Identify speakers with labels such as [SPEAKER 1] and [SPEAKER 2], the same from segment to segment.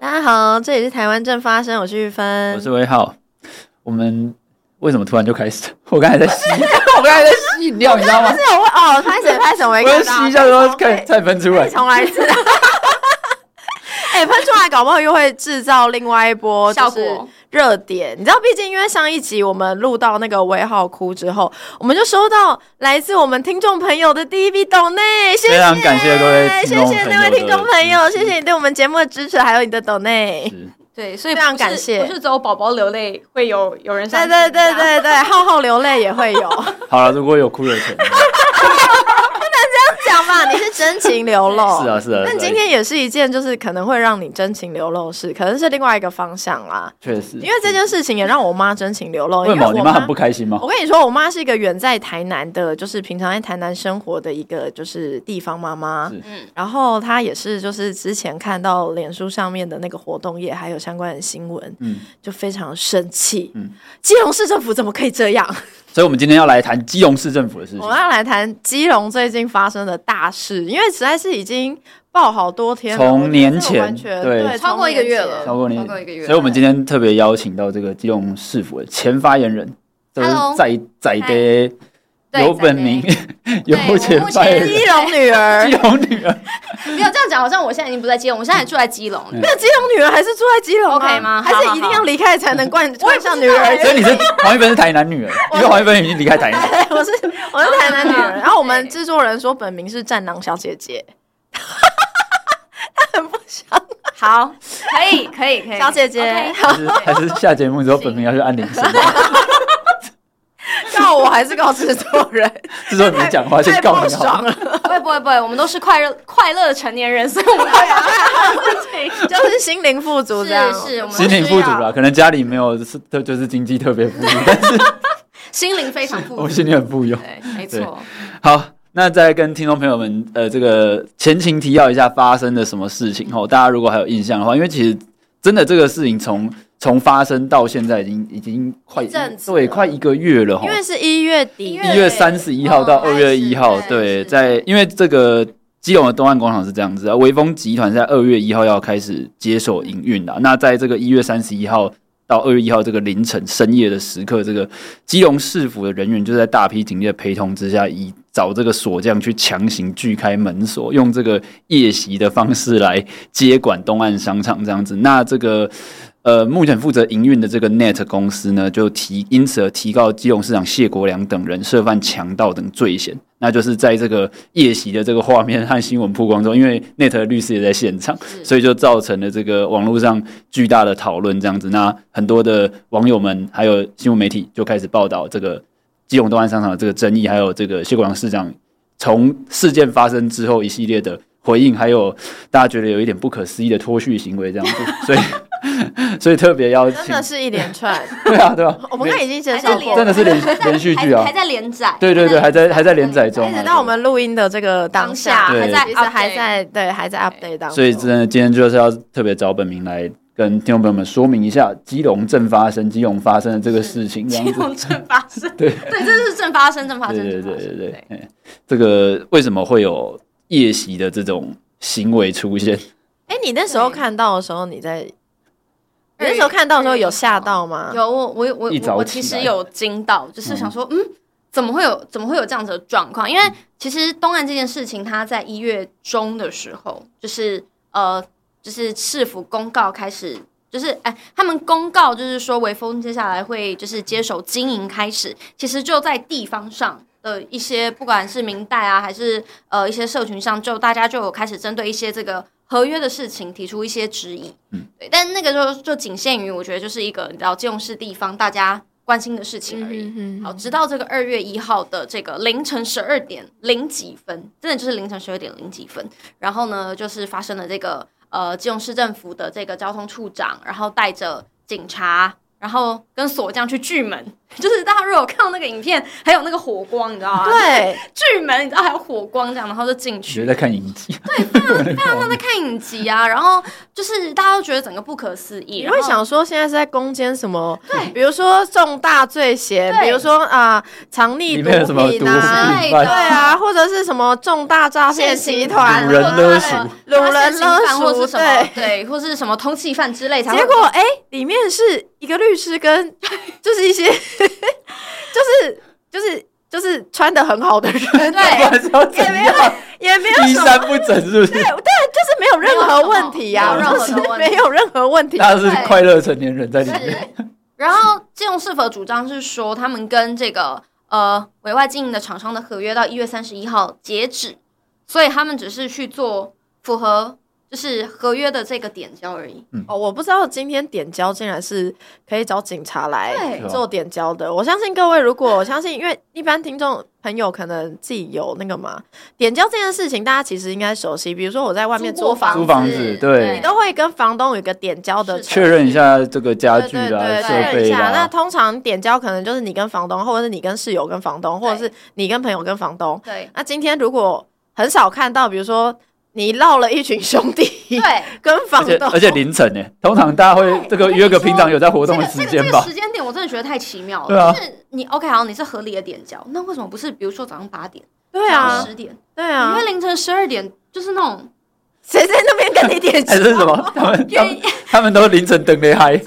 [SPEAKER 1] 家好，这里是台湾正发生，我是玉芬
[SPEAKER 2] 我。是威浩。我们为什么突然就开始？我刚才在吸， 我刚才在吸饮料，你知道吗
[SPEAKER 1] 不？是我哦，拍谁拍什么？我
[SPEAKER 2] 我在吸一下，然后看
[SPEAKER 1] 再
[SPEAKER 2] 再喷出来。
[SPEAKER 1] 重来一 次。哎，喷出来搞不好又会制造另外一波
[SPEAKER 3] 效
[SPEAKER 1] 就
[SPEAKER 3] 果
[SPEAKER 1] 是热点。你知道，毕竟因为上一集我们录到那个威浩哭之后，我们就收到来自我们听众朋友的第一笔抖内，谢谢，
[SPEAKER 2] 非常感谢各位听
[SPEAKER 1] 谢
[SPEAKER 2] 众
[SPEAKER 1] 谢
[SPEAKER 2] 朋
[SPEAKER 1] 那位
[SPEAKER 2] 友的
[SPEAKER 1] 听众朋友，
[SPEAKER 2] 支
[SPEAKER 1] 谢
[SPEAKER 2] 持
[SPEAKER 1] 谢你对我们节目的支持，还有你的抖内。
[SPEAKER 2] 是
[SPEAKER 3] 对，所以
[SPEAKER 1] 非常
[SPEAKER 3] 不是
[SPEAKER 1] 感谢
[SPEAKER 3] 不是只有宝宝流泪会有有人
[SPEAKER 1] 对
[SPEAKER 3] 上
[SPEAKER 1] 对
[SPEAKER 3] 去这
[SPEAKER 1] 对
[SPEAKER 3] 样
[SPEAKER 1] 对对，浩浩流泪也会有，
[SPEAKER 2] 好了，如果有哭的钱，
[SPEAKER 1] 讲吧，你是真情流露。
[SPEAKER 2] 是啊是啊。
[SPEAKER 1] 但今天也是一件，就是可能会让你真情流露的事，可能是另外一个方向啦。
[SPEAKER 2] 确实，
[SPEAKER 1] 因为这件事情也让我妈真情流露。
[SPEAKER 2] 嗯为什
[SPEAKER 1] 因
[SPEAKER 2] 么
[SPEAKER 1] 我
[SPEAKER 2] 你妈很不开心吗？
[SPEAKER 1] 我跟你说，我妈是一个远在台南的，就是平常在台南生活的一个就是地方妈妈
[SPEAKER 2] 是。
[SPEAKER 3] 嗯
[SPEAKER 1] 然后她也是就是之前看到脸书上面的那个活动页还有相关的新闻，
[SPEAKER 2] 嗯，
[SPEAKER 1] 就非常生气。
[SPEAKER 2] 嗯
[SPEAKER 1] 基隆市政府怎么可以这样？
[SPEAKER 2] 所以我们今天要来谈基隆市政府的事情
[SPEAKER 1] 我。们要来谈基隆最近发生的大事，因为实在是已经爆好多天了，
[SPEAKER 2] 从
[SPEAKER 1] 我觉得
[SPEAKER 2] 年
[SPEAKER 1] 这
[SPEAKER 2] 前
[SPEAKER 1] 完全
[SPEAKER 2] 对
[SPEAKER 1] 对，
[SPEAKER 3] 超过一个月了
[SPEAKER 2] 超过你，
[SPEAKER 3] 超过一个月
[SPEAKER 2] 所以我们今天特别邀请到这个基隆市府的前发言人，这是
[SPEAKER 3] Hello
[SPEAKER 2] 在在的
[SPEAKER 3] 对
[SPEAKER 2] 有本 名， 有
[SPEAKER 3] 对我
[SPEAKER 2] 前
[SPEAKER 3] 目
[SPEAKER 2] 发言
[SPEAKER 3] 前
[SPEAKER 1] 从
[SPEAKER 2] 人
[SPEAKER 1] 年前基隆女 儿
[SPEAKER 2] 基，隆女儿，
[SPEAKER 3] 没有这样讲，好像我现在已经不在基隆，我现在住在 基隆。
[SPEAKER 2] 嗯
[SPEAKER 1] 那基隆女儿还是住在基隆啊
[SPEAKER 3] OK 吗
[SPEAKER 1] 还
[SPEAKER 3] 好好
[SPEAKER 1] 是一定要离开才能 冠冠上女儿？
[SPEAKER 2] 所以你是黄一芬是台南女儿，因为黄一芬已经离开台南，
[SPEAKER 1] 我是我是台南 女儿，
[SPEAKER 3] 对
[SPEAKER 1] 然后我们制作人说本名是战狼小姐姐，她很不想
[SPEAKER 3] 好，可以可以可以，
[SPEAKER 1] 小姐姐
[SPEAKER 3] OK
[SPEAKER 2] 还是还是下节目之后本名要去按铃声，
[SPEAKER 1] 告我还是告制作人，
[SPEAKER 2] 这时候你讲话先
[SPEAKER 1] 太
[SPEAKER 2] 告
[SPEAKER 1] 不
[SPEAKER 2] 你好
[SPEAKER 1] 爽
[SPEAKER 2] 了，
[SPEAKER 1] 了，
[SPEAKER 3] 不会不会不会，我们都是快乐快乐的成年人，所以我们会 有
[SPEAKER 1] 就是心灵富足这样。
[SPEAKER 3] 是是，我们
[SPEAKER 2] 心灵富足
[SPEAKER 3] 需要，
[SPEAKER 2] 了，
[SPEAKER 1] 啊
[SPEAKER 2] 可能家里没有是特就是经济特别富裕，但是
[SPEAKER 3] 心灵非常富
[SPEAKER 2] 我
[SPEAKER 3] 足。
[SPEAKER 2] 心里很富有。
[SPEAKER 3] 对，没错，
[SPEAKER 2] 好，那再跟听众朋友们，呃，这个前情提要一下发生了什么事情哦。大家如果还有印象的话，因为其实真的这个事情从从发生到现在已经已经快
[SPEAKER 1] 一阵子
[SPEAKER 2] 对
[SPEAKER 1] 了
[SPEAKER 2] 快一个月了哈
[SPEAKER 1] 因。为是一月底
[SPEAKER 3] 一，
[SPEAKER 2] 一月三十一号到
[SPEAKER 3] 哦
[SPEAKER 2] 二月一号，
[SPEAKER 3] 开始
[SPEAKER 2] 对，
[SPEAKER 3] 对
[SPEAKER 2] 在因为这个基隆的东岸广场是这样子啊，微风集团在二月一号要开始接手营运啦。那在这个一月三十一号到二月一号这个凌晨深夜的时刻，这个基隆市府的人员就在大批警力的陪同之下，以找这个锁匠去强行锯开门锁，用这个夜袭的方式来接管东岸商场这样子。那这个呃，目前负责营运的这个 Net 公司呢，就提因此而提告基隆市长谢国良等人涉犯强盗等罪嫌。那就是在这个夜袭的这个画面和新闻曝光中，因为 Net 的律师也在现场，所以就造成了这个网络上巨大的讨论，这样子。那很多的网友们还有新闻媒体就开始报道这个基隆东岸商场的这个争议，还有这个谢国良市长从事件发生之后一系列的回应，还有大家觉得有一点不可思议的脱序行为这样子，所以所以特别邀
[SPEAKER 1] 真
[SPEAKER 2] 请
[SPEAKER 1] 的，是一连串。
[SPEAKER 2] 对啊对啊，
[SPEAKER 1] 我们刚才已经介
[SPEAKER 3] 还
[SPEAKER 1] 绍
[SPEAKER 3] 在
[SPEAKER 1] 过
[SPEAKER 3] 连，
[SPEAKER 2] 真的是连
[SPEAKER 3] 还在
[SPEAKER 2] 啊连续剧啊
[SPEAKER 3] 还还在连载，
[SPEAKER 2] 对对对，还在还在连载中
[SPEAKER 1] 一直
[SPEAKER 2] 啊，
[SPEAKER 1] 到我们录音的这个当下，
[SPEAKER 2] 对
[SPEAKER 1] 还在
[SPEAKER 3] 对
[SPEAKER 1] 其实还在对还在 update 当中，
[SPEAKER 2] 所以真的今天就是要特别找本名来跟听众朋友们说明一下基隆正发生基隆发生的这个事情，这样
[SPEAKER 3] 基
[SPEAKER 2] 子。
[SPEAKER 3] 隆正发生，
[SPEAKER 2] 对
[SPEAKER 3] 对，这是正发生，正发生，
[SPEAKER 2] 对对
[SPEAKER 3] 正发
[SPEAKER 2] 对
[SPEAKER 3] 生，
[SPEAKER 2] 对对，哎这个为什么会有夜袭的这种行为出现？
[SPEAKER 1] 哎，你那时候看到的时候，你在你
[SPEAKER 3] 二
[SPEAKER 1] 那时候看到的时候有吓到吗？
[SPEAKER 3] 有我我有我
[SPEAKER 2] 一早
[SPEAKER 3] 我我
[SPEAKER 2] 起
[SPEAKER 3] 其
[SPEAKER 2] 来
[SPEAKER 3] 实有惊到，就是想说，嗯，怎么会有怎么会有这样子的状况？因为其实东岸这件事情，它在一月中的时候，就是呃，就是市府公告开始。就是哎，他们公告就是说，微风接下来会就是接手经营开始，其实就在地方上的一些，不管是明代啊，还是呃一些社群上，就大家就有开始针对一些这个合约的事情提出一些质疑。对，但那个时候就仅限于我觉得就是一个你知道基隆市地方大家关心的事情而已。
[SPEAKER 1] 嗯
[SPEAKER 3] 好，直到这个二月一号的这个凌晨十二点零几分，真的就是凌晨十二点零几分。然后呢，就是发生了这个呃，基隆市政府的这个交通处长，然后带着警察，然后跟锁匠去拒门， 就是大家如果有看到那个影片，还有那个火光，你知道吗？，
[SPEAKER 1] 对，
[SPEAKER 3] 巨门你知道还有火光这样，然后就进
[SPEAKER 2] 觉
[SPEAKER 3] 去
[SPEAKER 2] 得。在看影集，
[SPEAKER 3] 他们在看影集啊，然后就是大家都觉得整个不可思议，
[SPEAKER 1] 你
[SPEAKER 3] 然
[SPEAKER 1] 会
[SPEAKER 3] 后
[SPEAKER 1] 想说现在是在攻坚什么？比如说重大罪嫌，
[SPEAKER 3] 对
[SPEAKER 1] 比如说啊藏
[SPEAKER 2] 里
[SPEAKER 1] 匿
[SPEAKER 2] 面有什
[SPEAKER 1] 毒
[SPEAKER 2] 么毒
[SPEAKER 1] 品
[SPEAKER 2] 品
[SPEAKER 1] 啊，
[SPEAKER 3] 对
[SPEAKER 1] 对
[SPEAKER 2] 犯、
[SPEAKER 1] 啊，或者是什么重大诈骗集团啊
[SPEAKER 2] 现行，人勒赎
[SPEAKER 1] 掳人勒赎
[SPEAKER 3] 或是什么对，或是什么通缉犯之类才会。
[SPEAKER 1] 结果哎、里面是一个律师 跟就是一些就是就是就是穿的很好的人，
[SPEAKER 3] 对
[SPEAKER 2] 还是要怎
[SPEAKER 1] 也没有
[SPEAKER 2] 样？
[SPEAKER 1] 也哎没有
[SPEAKER 2] 衣
[SPEAKER 1] 什么。
[SPEAKER 2] 衫不整 是不是？
[SPEAKER 1] 就是没有任何问题呀、
[SPEAKER 2] 没
[SPEAKER 1] 啊，
[SPEAKER 2] 有
[SPEAKER 1] 就
[SPEAKER 3] 什
[SPEAKER 1] 是
[SPEAKER 3] 么没有任何的问题
[SPEAKER 1] 没有任何问题。
[SPEAKER 2] 他是快乐成年人在里面，
[SPEAKER 3] 是，然后金融是否主张是说，他们跟这个呃委外经营的厂商的合约到一月三十一号截止，所以他们只是去做符合就是合约的这个点交而已。
[SPEAKER 1] 哦，我不知道今天点交竟然是可以找警察来
[SPEAKER 3] 对
[SPEAKER 1] 做点交的。我相信各位，如果我相信，因为一般听众朋友可能自己有那个嘛，点交这件事情，大家其实应该熟悉。比如说我在外面
[SPEAKER 3] 租过
[SPEAKER 1] 租房，
[SPEAKER 2] 租房子对
[SPEAKER 1] 你都会跟房东有一个点交的
[SPEAKER 3] 是
[SPEAKER 2] 确认一下这个家具啦、
[SPEAKER 1] 对对对
[SPEAKER 2] 设
[SPEAKER 1] 确认一
[SPEAKER 2] 备啊
[SPEAKER 1] 下。那
[SPEAKER 2] 啦。
[SPEAKER 1] 通常点交可能就是你跟房东，或者是你跟室友跟房东，或者是你跟朋友跟房东。
[SPEAKER 3] 对
[SPEAKER 1] 那今天如果很少看到，比如说你绕了一群兄弟
[SPEAKER 3] 对，
[SPEAKER 1] 跟
[SPEAKER 2] 而
[SPEAKER 1] 房
[SPEAKER 2] 且
[SPEAKER 1] 东，
[SPEAKER 2] 而且凌晨呢，通常大家会
[SPEAKER 3] 对
[SPEAKER 2] 这个
[SPEAKER 3] 我跟
[SPEAKER 2] 约个
[SPEAKER 3] 你说
[SPEAKER 2] 平常有在活
[SPEAKER 3] 这
[SPEAKER 2] 动
[SPEAKER 3] 个
[SPEAKER 2] 的
[SPEAKER 3] 这
[SPEAKER 2] 时
[SPEAKER 3] 个
[SPEAKER 2] 间
[SPEAKER 3] 这个
[SPEAKER 2] 吧
[SPEAKER 3] 时，间点我真的觉得太奇妙了。
[SPEAKER 2] 对啊
[SPEAKER 3] 就是你 OK 好，你是合理的点交，那为什么不是比如说早上八点、
[SPEAKER 1] 对啊，
[SPEAKER 3] 十点，
[SPEAKER 1] 对
[SPEAKER 3] 因
[SPEAKER 1] 啊
[SPEAKER 3] 为，凌晨十二点就是那种
[SPEAKER 1] 谁在那边跟你 点交
[SPEAKER 2] 还？是什么？他们他
[SPEAKER 3] 愿
[SPEAKER 2] 们
[SPEAKER 3] 意
[SPEAKER 2] 他们都凌晨等雷嗨。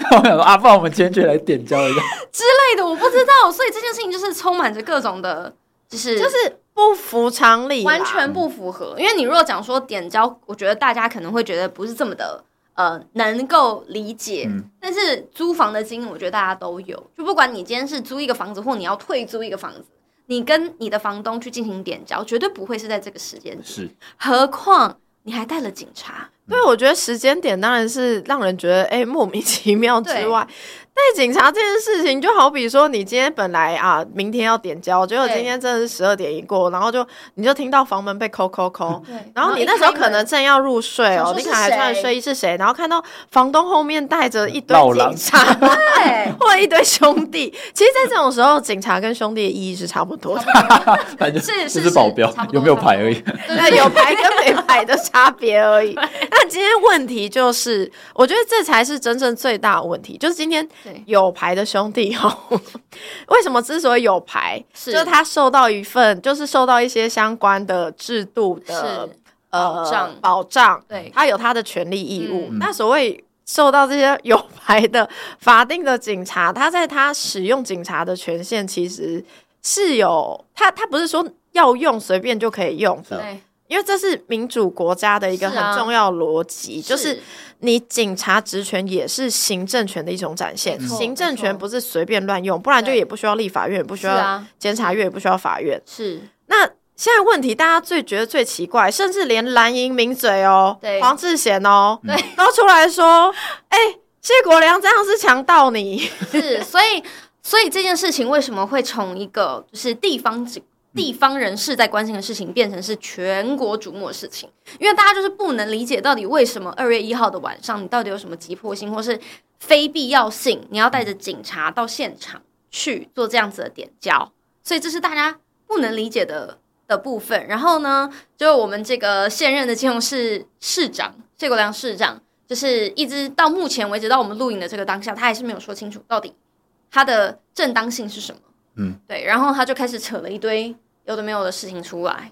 [SPEAKER 2] 他们想说啊，不然我们今天就来点交一下。
[SPEAKER 3] 对的，我不知道，所以这件事情就是充满着各种的，就是
[SPEAKER 1] 就是不符常理啦，
[SPEAKER 3] 完全不符合。因为你如果讲说点交，我觉得大家可能会觉得不是这么的呃能够理解。
[SPEAKER 2] 嗯
[SPEAKER 3] 但是租房的经验，我觉得大家都有，就不管你今天是租一个房子，或你要退租一个房子，你跟你的房东去进行点交，绝对不会是在这个时间点。
[SPEAKER 2] 是，
[SPEAKER 3] 何况你还带了警察，
[SPEAKER 1] 对，我觉得时间点当然是让人觉得哎、莫名其妙之外，带警察这件事情，就好比说你今天本来啊明天要点交，结果
[SPEAKER 3] 对
[SPEAKER 1] 今天真的是十二点一过，然后就你就听到房门被扣扣扣。
[SPEAKER 3] 对
[SPEAKER 1] 然后你那时候可能正要入睡哦
[SPEAKER 3] 想，说
[SPEAKER 1] 你
[SPEAKER 3] 是
[SPEAKER 1] 可能还穿着
[SPEAKER 3] 谁
[SPEAKER 1] 睡衣是谁？然后看到房东后面带着一堆
[SPEAKER 2] 老狼
[SPEAKER 1] 警察
[SPEAKER 3] 对，
[SPEAKER 1] 或一堆兄弟。其实，在这种时候，警察跟兄弟的意义是差不多的。
[SPEAKER 2] 反正
[SPEAKER 3] 是
[SPEAKER 2] 就是是保镖
[SPEAKER 3] 差不
[SPEAKER 2] 有
[SPEAKER 3] 多
[SPEAKER 2] 没有牌而已
[SPEAKER 3] 差。不 多对
[SPEAKER 1] 对，有牌跟没牌的差别而 已。那今天问题就是，我觉得这才是真正最大的问题，就是今天
[SPEAKER 3] 对
[SPEAKER 1] 有牌的兄弟哦， 为什么之所以有牌，
[SPEAKER 3] 是
[SPEAKER 1] 就是他受到一份，就是受到一些相关的制度的
[SPEAKER 3] 是
[SPEAKER 1] 呃
[SPEAKER 3] 保障
[SPEAKER 1] 保障，
[SPEAKER 3] 对
[SPEAKER 1] 他有他的权利义务。
[SPEAKER 2] 嗯
[SPEAKER 1] 那所谓受到这些有牌的法定的警察，他在他使用警察的权限，其实是有他他不是说要用随便就可以用的，
[SPEAKER 3] 对，
[SPEAKER 1] 因为这是民主国家的一个
[SPEAKER 3] 是啊
[SPEAKER 1] 很重要的逻辑，就是你警察职权也是行政权的一种展现，
[SPEAKER 3] 没错
[SPEAKER 1] 行政
[SPEAKER 3] 没
[SPEAKER 1] 权
[SPEAKER 3] 错
[SPEAKER 1] 不是随便乱用，不然就
[SPEAKER 3] 对
[SPEAKER 1] 也不需要立法院，也不需
[SPEAKER 3] 是
[SPEAKER 1] 要
[SPEAKER 3] 啊，
[SPEAKER 1] 监察院，也不需要法院。
[SPEAKER 3] 是
[SPEAKER 1] 那现在问题，大家最觉得最奇怪，甚至连蓝营名嘴哦
[SPEAKER 3] 对，
[SPEAKER 1] 黄志贤哦，
[SPEAKER 2] 对，
[SPEAKER 1] 都出来说，哎、谢国良这样是强盗你，
[SPEAKER 3] 是，所以所以这件事情为什么会从一个就是地方警地方人士在关心的事情，变成是全国瞩目的事情？因为大家就是不能理解到底为什么二月一号的晚上，你到底有什么急迫性，或是非必要性，你要带着警察到现场去做这样子的点交，所以这是大家不能理解的。的部分，然后呢，就我们这个现任的金融市市长谢国良市长，就是一直到目前为止，到我们录影的这个当下，他还是没有说清楚到底他的正当性是什么。
[SPEAKER 2] 嗯，
[SPEAKER 3] 对，然后他就开始扯了一堆有的没有的事情出来。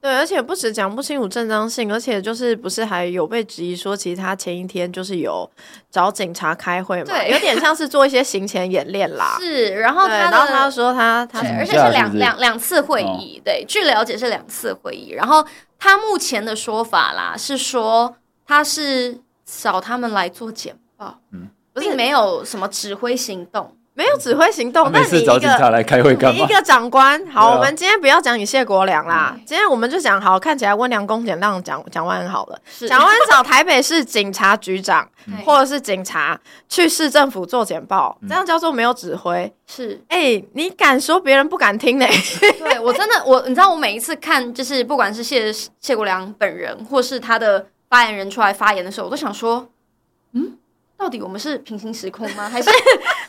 [SPEAKER 1] 对，而且不止讲不清楚正当性，而且就是不是还有被质疑说，其实他前一天就是有找警察开会嘛，
[SPEAKER 3] 对
[SPEAKER 1] 有点像是做一些行前演练啦。
[SPEAKER 3] 是，然后
[SPEAKER 1] 对，
[SPEAKER 3] 他的，
[SPEAKER 1] 然后他说他他
[SPEAKER 3] 对，而且
[SPEAKER 2] 请假是
[SPEAKER 3] 是两
[SPEAKER 2] 不是
[SPEAKER 3] 两两次会议，对，据了解是两次会议。然后他目前的说法啦，是说他是找他们来做简报，
[SPEAKER 2] 嗯，
[SPEAKER 1] 不是
[SPEAKER 3] 并没有什么指挥行动。
[SPEAKER 1] 没有指挥行
[SPEAKER 2] 他
[SPEAKER 1] 动，那
[SPEAKER 2] 每
[SPEAKER 1] 你
[SPEAKER 2] 次
[SPEAKER 1] 一
[SPEAKER 2] 找警
[SPEAKER 1] 个
[SPEAKER 2] 察来开会干
[SPEAKER 1] 你一
[SPEAKER 2] 嘛？
[SPEAKER 1] 个长官，好，
[SPEAKER 2] 对啊
[SPEAKER 1] 我们今天不要讲你谢国良啦，今天我们就讲好，看起来温良恭俭让讲蒋万安好了，
[SPEAKER 3] 是
[SPEAKER 1] 蒋万安找台北市警察局 长
[SPEAKER 3] 嗯
[SPEAKER 1] 或者是警察去市政府做简报，
[SPEAKER 2] 嗯
[SPEAKER 1] 这样叫做没有指挥。
[SPEAKER 3] 是
[SPEAKER 1] 哎、你敢说别人不敢听呢、
[SPEAKER 3] 对我真的，我你知道，我每一次看，就是不管是谢谢国良本人，或是他的发言人出来发言的时候，我都想说，嗯，到底我们是平行时空吗？还是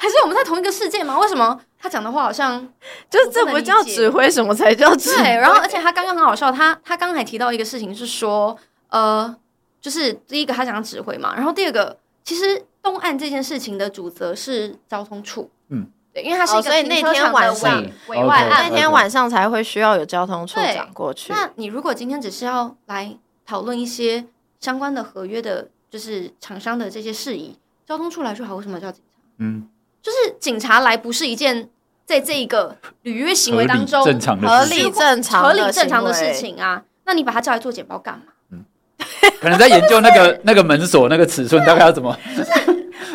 [SPEAKER 3] 还是我们在同一个世界吗？为什么他讲的话好像
[SPEAKER 1] 就是这不叫指挥，什么才叫指挥？
[SPEAKER 3] 对，然后而且他刚刚很好笑，他他刚刚还提到一个事情是说，呃，就是第一个他讲指挥嘛，然后第二个其实东岸这件事情的主责是交通处，
[SPEAKER 2] 嗯，
[SPEAKER 3] 对，因为它是一
[SPEAKER 1] 哦所以
[SPEAKER 3] 个
[SPEAKER 1] 那
[SPEAKER 3] 停车
[SPEAKER 1] 天
[SPEAKER 3] 场的
[SPEAKER 1] 晚上
[SPEAKER 3] 委委外
[SPEAKER 2] 嗯
[SPEAKER 1] 那
[SPEAKER 3] 案。
[SPEAKER 2] OK
[SPEAKER 1] 天晚上才会需要有交通处长过去。
[SPEAKER 3] 那你如果今天只是要来讨论一些相关的合约的，就是厂商的这些事宜，交通处来就好，为什么叫警察？
[SPEAKER 2] 嗯，
[SPEAKER 3] 就是警察来不是一件在这一个履约行为当中
[SPEAKER 2] 合理正常的
[SPEAKER 1] 合
[SPEAKER 2] 事
[SPEAKER 1] 理
[SPEAKER 2] 情
[SPEAKER 1] 正常
[SPEAKER 3] 合理正常的
[SPEAKER 1] 行为
[SPEAKER 3] 事，情啊，那你把他叫来做简报干 嘛？
[SPEAKER 2] 可能在研究那个那个门锁那个尺寸大概要怎么，
[SPEAKER 1] 不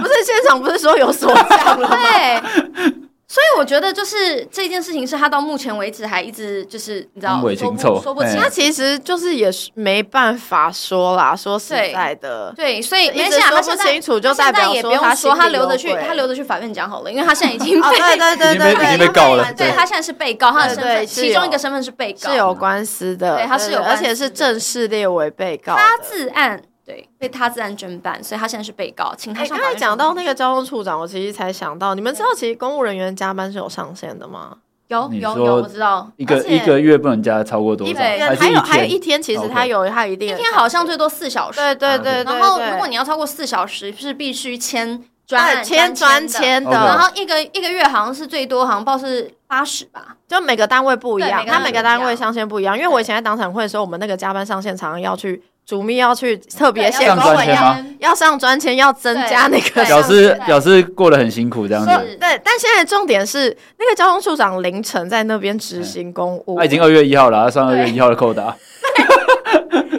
[SPEAKER 1] 是现场不是说有锁匠 了吗？
[SPEAKER 3] 对，所以我觉得就是这件事情是他到目前为止还一直就是你知道
[SPEAKER 2] 三尾
[SPEAKER 3] 说
[SPEAKER 2] 紧凑
[SPEAKER 3] 不说不清
[SPEAKER 2] 哎
[SPEAKER 1] 那。其实就是也是没办法说啦，说实
[SPEAKER 3] 对
[SPEAKER 1] 在的，
[SPEAKER 3] 对，所以
[SPEAKER 1] 一直
[SPEAKER 3] 没事啊，
[SPEAKER 1] 说
[SPEAKER 3] 他
[SPEAKER 1] 不
[SPEAKER 3] 现在
[SPEAKER 1] 清楚就
[SPEAKER 3] 他现
[SPEAKER 1] 代
[SPEAKER 3] 在
[SPEAKER 1] 表
[SPEAKER 3] 也不
[SPEAKER 1] 说
[SPEAKER 3] 用
[SPEAKER 1] 他
[SPEAKER 3] 说，
[SPEAKER 1] 心
[SPEAKER 3] 他
[SPEAKER 1] 里
[SPEAKER 3] 留
[SPEAKER 1] 有
[SPEAKER 3] 着去，
[SPEAKER 1] 鬼
[SPEAKER 3] 他留着去法院讲好了，因为他现在已经
[SPEAKER 1] 哦，
[SPEAKER 3] 被
[SPEAKER 1] 对对对
[SPEAKER 2] 已经被
[SPEAKER 1] 对
[SPEAKER 2] 已
[SPEAKER 1] 对，
[SPEAKER 2] 经被告了
[SPEAKER 3] 对
[SPEAKER 2] 对
[SPEAKER 3] 他现在是被告，他
[SPEAKER 1] 对
[SPEAKER 3] 的身份
[SPEAKER 1] 对
[SPEAKER 3] 其
[SPEAKER 1] 是
[SPEAKER 3] 中
[SPEAKER 1] 有
[SPEAKER 3] 一个身份是被告，
[SPEAKER 1] 是有官司的，
[SPEAKER 3] 对他是有
[SPEAKER 1] 对
[SPEAKER 3] 官
[SPEAKER 1] 而
[SPEAKER 3] 司的
[SPEAKER 1] 且是正式列为被告的。
[SPEAKER 3] 他自案，对，被他自案侦办，所以他现在是被告，请他
[SPEAKER 1] 哎，
[SPEAKER 3] 上
[SPEAKER 1] 刚
[SPEAKER 3] 法院。
[SPEAKER 1] 才讲到那个交通处长，我其实才想到，你们知道其实公务人员加班是有上限的吗？
[SPEAKER 3] 有
[SPEAKER 2] 你
[SPEAKER 3] 有
[SPEAKER 2] 说
[SPEAKER 3] 有，我知道，
[SPEAKER 2] 一个
[SPEAKER 1] 而且
[SPEAKER 2] 一个月不能加超过多
[SPEAKER 1] 一
[SPEAKER 2] 少，
[SPEAKER 3] 对
[SPEAKER 2] 还是
[SPEAKER 1] 还有还有一
[SPEAKER 2] 天？
[SPEAKER 1] 天，其实
[SPEAKER 2] OK 啊
[SPEAKER 1] 他有他一定
[SPEAKER 3] 一
[SPEAKER 1] 的
[SPEAKER 3] 天好像最多四小时，
[SPEAKER 1] 对对对对，
[SPEAKER 3] 然后
[SPEAKER 1] 对
[SPEAKER 3] 如果你要超过四小时，是必须签专
[SPEAKER 1] 对
[SPEAKER 3] 案
[SPEAKER 1] 签专
[SPEAKER 3] 专的。
[SPEAKER 1] 签的，
[SPEAKER 2] OK
[SPEAKER 3] 然后一个一个月好像是最多，好像报是八十吧，
[SPEAKER 1] 就每个单位不一
[SPEAKER 3] 对
[SPEAKER 1] 样
[SPEAKER 3] 每，个
[SPEAKER 1] 它
[SPEAKER 3] 单位
[SPEAKER 1] 每个单位上限不一样。因为我以前在党产会的时候，我们那个加班上限常常要去主秘要去特别
[SPEAKER 3] 对
[SPEAKER 1] 写
[SPEAKER 3] 要
[SPEAKER 1] 公
[SPEAKER 2] 上专
[SPEAKER 1] 文
[SPEAKER 2] 签
[SPEAKER 1] 要
[SPEAKER 2] 吗
[SPEAKER 1] 要上专签，要增加那个
[SPEAKER 3] 对
[SPEAKER 1] 上
[SPEAKER 2] 表示
[SPEAKER 3] 对
[SPEAKER 2] 表示过得很辛苦这样
[SPEAKER 3] 是
[SPEAKER 2] 子，
[SPEAKER 1] 对，但现在重点是那个交通处长凌晨在那边执行公务，
[SPEAKER 2] 啊他已经二月一号了，他算二月一号的扣打，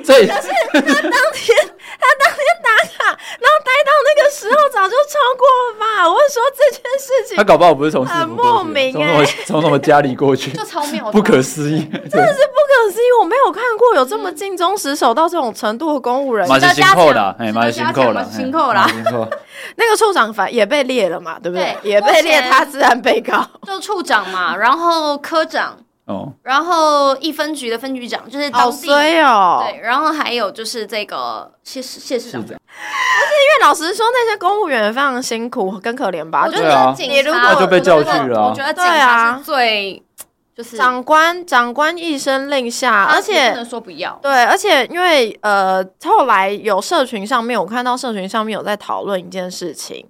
[SPEAKER 2] 所以
[SPEAKER 1] 到那个时候早就超过了吧？我是说这件事情
[SPEAKER 2] 他搞不好不是从市
[SPEAKER 1] 很
[SPEAKER 2] 府
[SPEAKER 1] 莫
[SPEAKER 2] 过去
[SPEAKER 1] 名欸
[SPEAKER 2] 的，从什么从什么家里过去，
[SPEAKER 3] 就超妙的，
[SPEAKER 2] 不可思议，
[SPEAKER 1] 不可思议，我没有看过有这么尽忠职守到这种程度的公务人员。
[SPEAKER 2] 马是辛扣啦，
[SPEAKER 3] 值得
[SPEAKER 2] 哎，马是辛扣啦，
[SPEAKER 3] 嘉奖辛苦
[SPEAKER 1] 啊
[SPEAKER 3] 啦
[SPEAKER 2] 哎马是辛苦
[SPEAKER 1] 那个处长反也被列了嘛，对不对？
[SPEAKER 3] 对
[SPEAKER 1] 也被
[SPEAKER 3] 目
[SPEAKER 1] 列，
[SPEAKER 3] 前
[SPEAKER 1] 他自然被告。
[SPEAKER 3] 就处长嘛，然后科长，
[SPEAKER 2] 哦，
[SPEAKER 3] 然后一分局的分局长，就是
[SPEAKER 1] 好
[SPEAKER 3] 当地、
[SPEAKER 1] 衰哦！
[SPEAKER 3] 对，然后还有就是这个谢市谢市长
[SPEAKER 2] 是，的
[SPEAKER 1] 因为老实说，那些公务员非常辛苦，跟可怜吧。
[SPEAKER 3] 我
[SPEAKER 1] 就
[SPEAKER 3] 觉
[SPEAKER 1] 是
[SPEAKER 2] 对啊
[SPEAKER 3] 得警察
[SPEAKER 1] 你如果
[SPEAKER 3] 我
[SPEAKER 1] 就
[SPEAKER 2] 被
[SPEAKER 3] 觉得
[SPEAKER 2] 叫去了啊
[SPEAKER 3] 我觉得警
[SPEAKER 1] 对啊
[SPEAKER 3] 察是最就是，
[SPEAKER 1] 长官，长官一声令下，啊
[SPEAKER 3] 他
[SPEAKER 1] 而
[SPEAKER 3] 不
[SPEAKER 1] 且
[SPEAKER 3] 能说不要，
[SPEAKER 1] 对，而且因为呃，后来有社群上面，我看到社群上面有在讨论一件事情。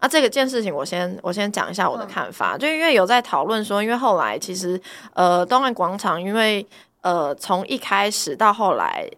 [SPEAKER 1] 啊，这个件事情我先我先讲一下我的
[SPEAKER 3] 嗯
[SPEAKER 1] 看法，就因为有在讨论说，因为后来其实呃，东岸广场因为呃从一开始到后来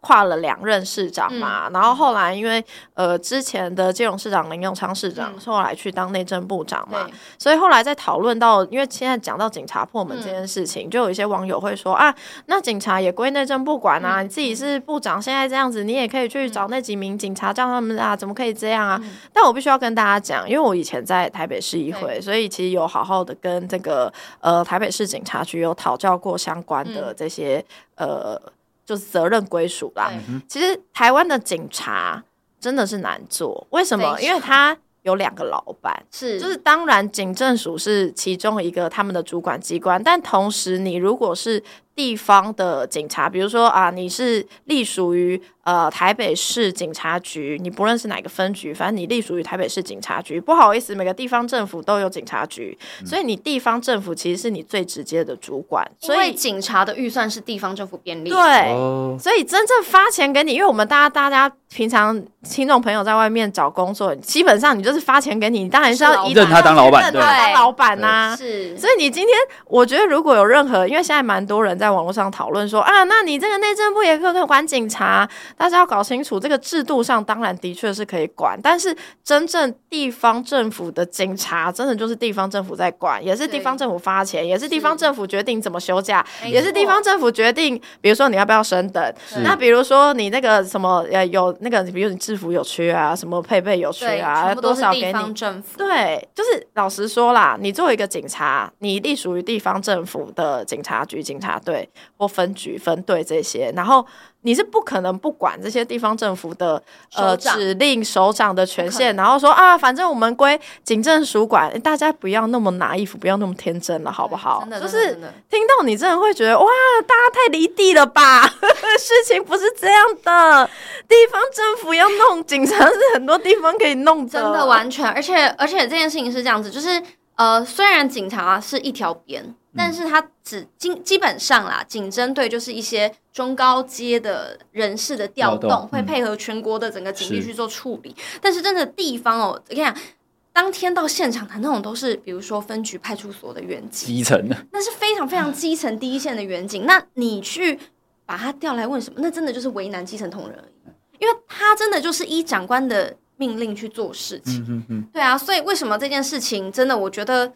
[SPEAKER 1] 跨了两任市长嘛，
[SPEAKER 3] 嗯
[SPEAKER 1] 然后后来因为呃之前的基隆市长林永昌市长、
[SPEAKER 3] 嗯
[SPEAKER 1] 后来去当内政部长嘛
[SPEAKER 3] 对，
[SPEAKER 1] 所以后来在讨论到，因为现在讲到警察破门这
[SPEAKER 3] 嗯
[SPEAKER 1] 件事情，就有一些网友会说啊，那警察也归内政部管啊，
[SPEAKER 3] 嗯
[SPEAKER 1] 你自己是部长，现在这样子，你也可以去找那几名警察，叫他们啊，怎么可以这样啊？
[SPEAKER 3] 嗯
[SPEAKER 1] 但我必须要跟大家讲，因为我以前在台北市议会，
[SPEAKER 3] 对
[SPEAKER 1] 所以其实有好好的跟这个呃台北市警察局有讨教过相关
[SPEAKER 3] 嗯
[SPEAKER 1] 的这些、呃就是责任归属啦。
[SPEAKER 2] 嗯
[SPEAKER 3] 对
[SPEAKER 1] 其实台湾的警察真的是难做，为什么？
[SPEAKER 3] 非常
[SPEAKER 1] 因为他有两个老板。
[SPEAKER 3] 是
[SPEAKER 1] 就是当然，警政署是其中一个他们的主管机关，但同时，你如果是地方的警察，比如说啊，你是隶属于呃台北市警察局，你不论是哪个分局，反正你隶属于台北市警察局。不好意思，每个地方政府都有警察局，所以你地方政府其实是你最直接的主管，
[SPEAKER 3] 嗯因
[SPEAKER 1] 所
[SPEAKER 3] 为
[SPEAKER 1] 以
[SPEAKER 3] 警察的预算是地方政府编列，
[SPEAKER 1] 对。
[SPEAKER 2] 哦，
[SPEAKER 1] 所以真正发钱给你，因为我们大家大家平常听众朋友在外面找工作，基本上你就是发钱给你，你当然是要依
[SPEAKER 3] 是老
[SPEAKER 2] 认他当老板，
[SPEAKER 1] 认
[SPEAKER 2] 对
[SPEAKER 1] 他，当老板啊呐、
[SPEAKER 3] 是，
[SPEAKER 1] 所以你今天，我觉得如果有任何，因为现在蛮多人在网络上讨论说啊，那你这个内政部也可以管警察，大家要搞清楚，这个制度上当然的确是可以管，但是真正地方政府的警察，真的就是地方政府在管，也是地
[SPEAKER 3] 对
[SPEAKER 1] 方政府发钱，也是地方
[SPEAKER 3] 是
[SPEAKER 1] 政府决定怎么休假，
[SPEAKER 3] 没
[SPEAKER 1] 也是地
[SPEAKER 3] 错
[SPEAKER 1] 方政府决定，比如说你要不要升等，
[SPEAKER 2] 是
[SPEAKER 1] 那比如说你那个什么呃有那个，比如你制服有缺啊，什么配备有缺
[SPEAKER 3] 对，
[SPEAKER 1] 啊，
[SPEAKER 3] 全部都
[SPEAKER 1] 多
[SPEAKER 3] 是
[SPEAKER 1] 少
[SPEAKER 3] 地
[SPEAKER 1] 给你
[SPEAKER 3] 方政府，
[SPEAKER 1] 对，就是老实说啦，你作为一个警察，你隶属于地方政府的警察局、警察队，队或分局、分队这些，然后你是不可能不管这些地方政府的呃
[SPEAKER 3] 首长
[SPEAKER 1] 指令、首长的权
[SPEAKER 3] 不可
[SPEAKER 1] 限，然后说啊，反正我们归警政署管，大家不要那么 naive，不要那么天真了，好不好？
[SPEAKER 3] 真的，
[SPEAKER 1] 就
[SPEAKER 3] 真的
[SPEAKER 1] 是
[SPEAKER 3] 真的
[SPEAKER 1] 听到你真的会觉得哇，大家太离地了吧？ 事情不是这样的，地方政府要弄，警察是很多地方可以弄
[SPEAKER 3] 真的完全，而且而且这件事情是这样子，就是呃，虽然警察、是一条边，
[SPEAKER 2] 嗯
[SPEAKER 3] 但是他只基基本上啦，警侦队就是一些中高阶的人士的调动，
[SPEAKER 2] 调动
[SPEAKER 3] 会
[SPEAKER 2] 嗯
[SPEAKER 3] 配合全国的整个警力
[SPEAKER 2] 是
[SPEAKER 3] 去做处理。但是真的地方哦，我跟你讲。当天到现场的那种都是，比如说分局、派出所的员警，
[SPEAKER 2] 基层
[SPEAKER 3] 那是非常非常基层第一线的远景。那你去把他调来问什么？那真的就是为难基层同仁而已，因为他真的就是依长官的命令去做事情。
[SPEAKER 2] 嗯嗯嗯，
[SPEAKER 3] 对啊，所以为什么这件事情真的，我觉得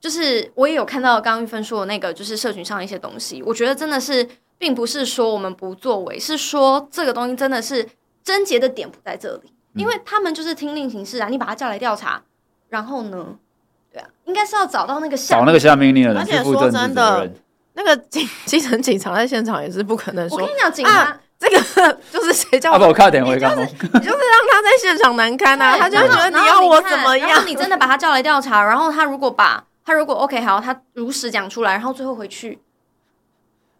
[SPEAKER 3] 就是我也有看到刚刚玉芬说的那个，就是社群上一些东西，我觉得真的是，并不是说我们不作为，是说这个东西真的是症结的点不在这里，
[SPEAKER 1] 嗯
[SPEAKER 3] 因为他们就是听令行事啊，你把他叫来调查，然后呢，对啊，应该是要找到那个下
[SPEAKER 2] 找那个下命令的人
[SPEAKER 1] 而且
[SPEAKER 2] 去负
[SPEAKER 1] 说
[SPEAKER 2] 政治
[SPEAKER 1] 真
[SPEAKER 2] 责
[SPEAKER 1] 的
[SPEAKER 2] 任。
[SPEAKER 1] 那个警 基层警察在现场也是不可能
[SPEAKER 3] 我跟
[SPEAKER 1] 说
[SPEAKER 3] 你讲，警察、
[SPEAKER 1] 啊这个 就是谁叫
[SPEAKER 2] 啊
[SPEAKER 1] 我，
[SPEAKER 2] 不，我
[SPEAKER 1] 你
[SPEAKER 2] 看点回刚刚，
[SPEAKER 1] 就是让他在现场难堪啊，
[SPEAKER 3] 对
[SPEAKER 1] 他就会
[SPEAKER 3] 然后
[SPEAKER 1] 觉得
[SPEAKER 3] 然后
[SPEAKER 1] 要我
[SPEAKER 3] 看
[SPEAKER 1] 怎么
[SPEAKER 3] 然后
[SPEAKER 1] 样？
[SPEAKER 3] 你真的把他叫来调查，然后他如果把他如果 OK 好，他如实讲出来，然后最后回去，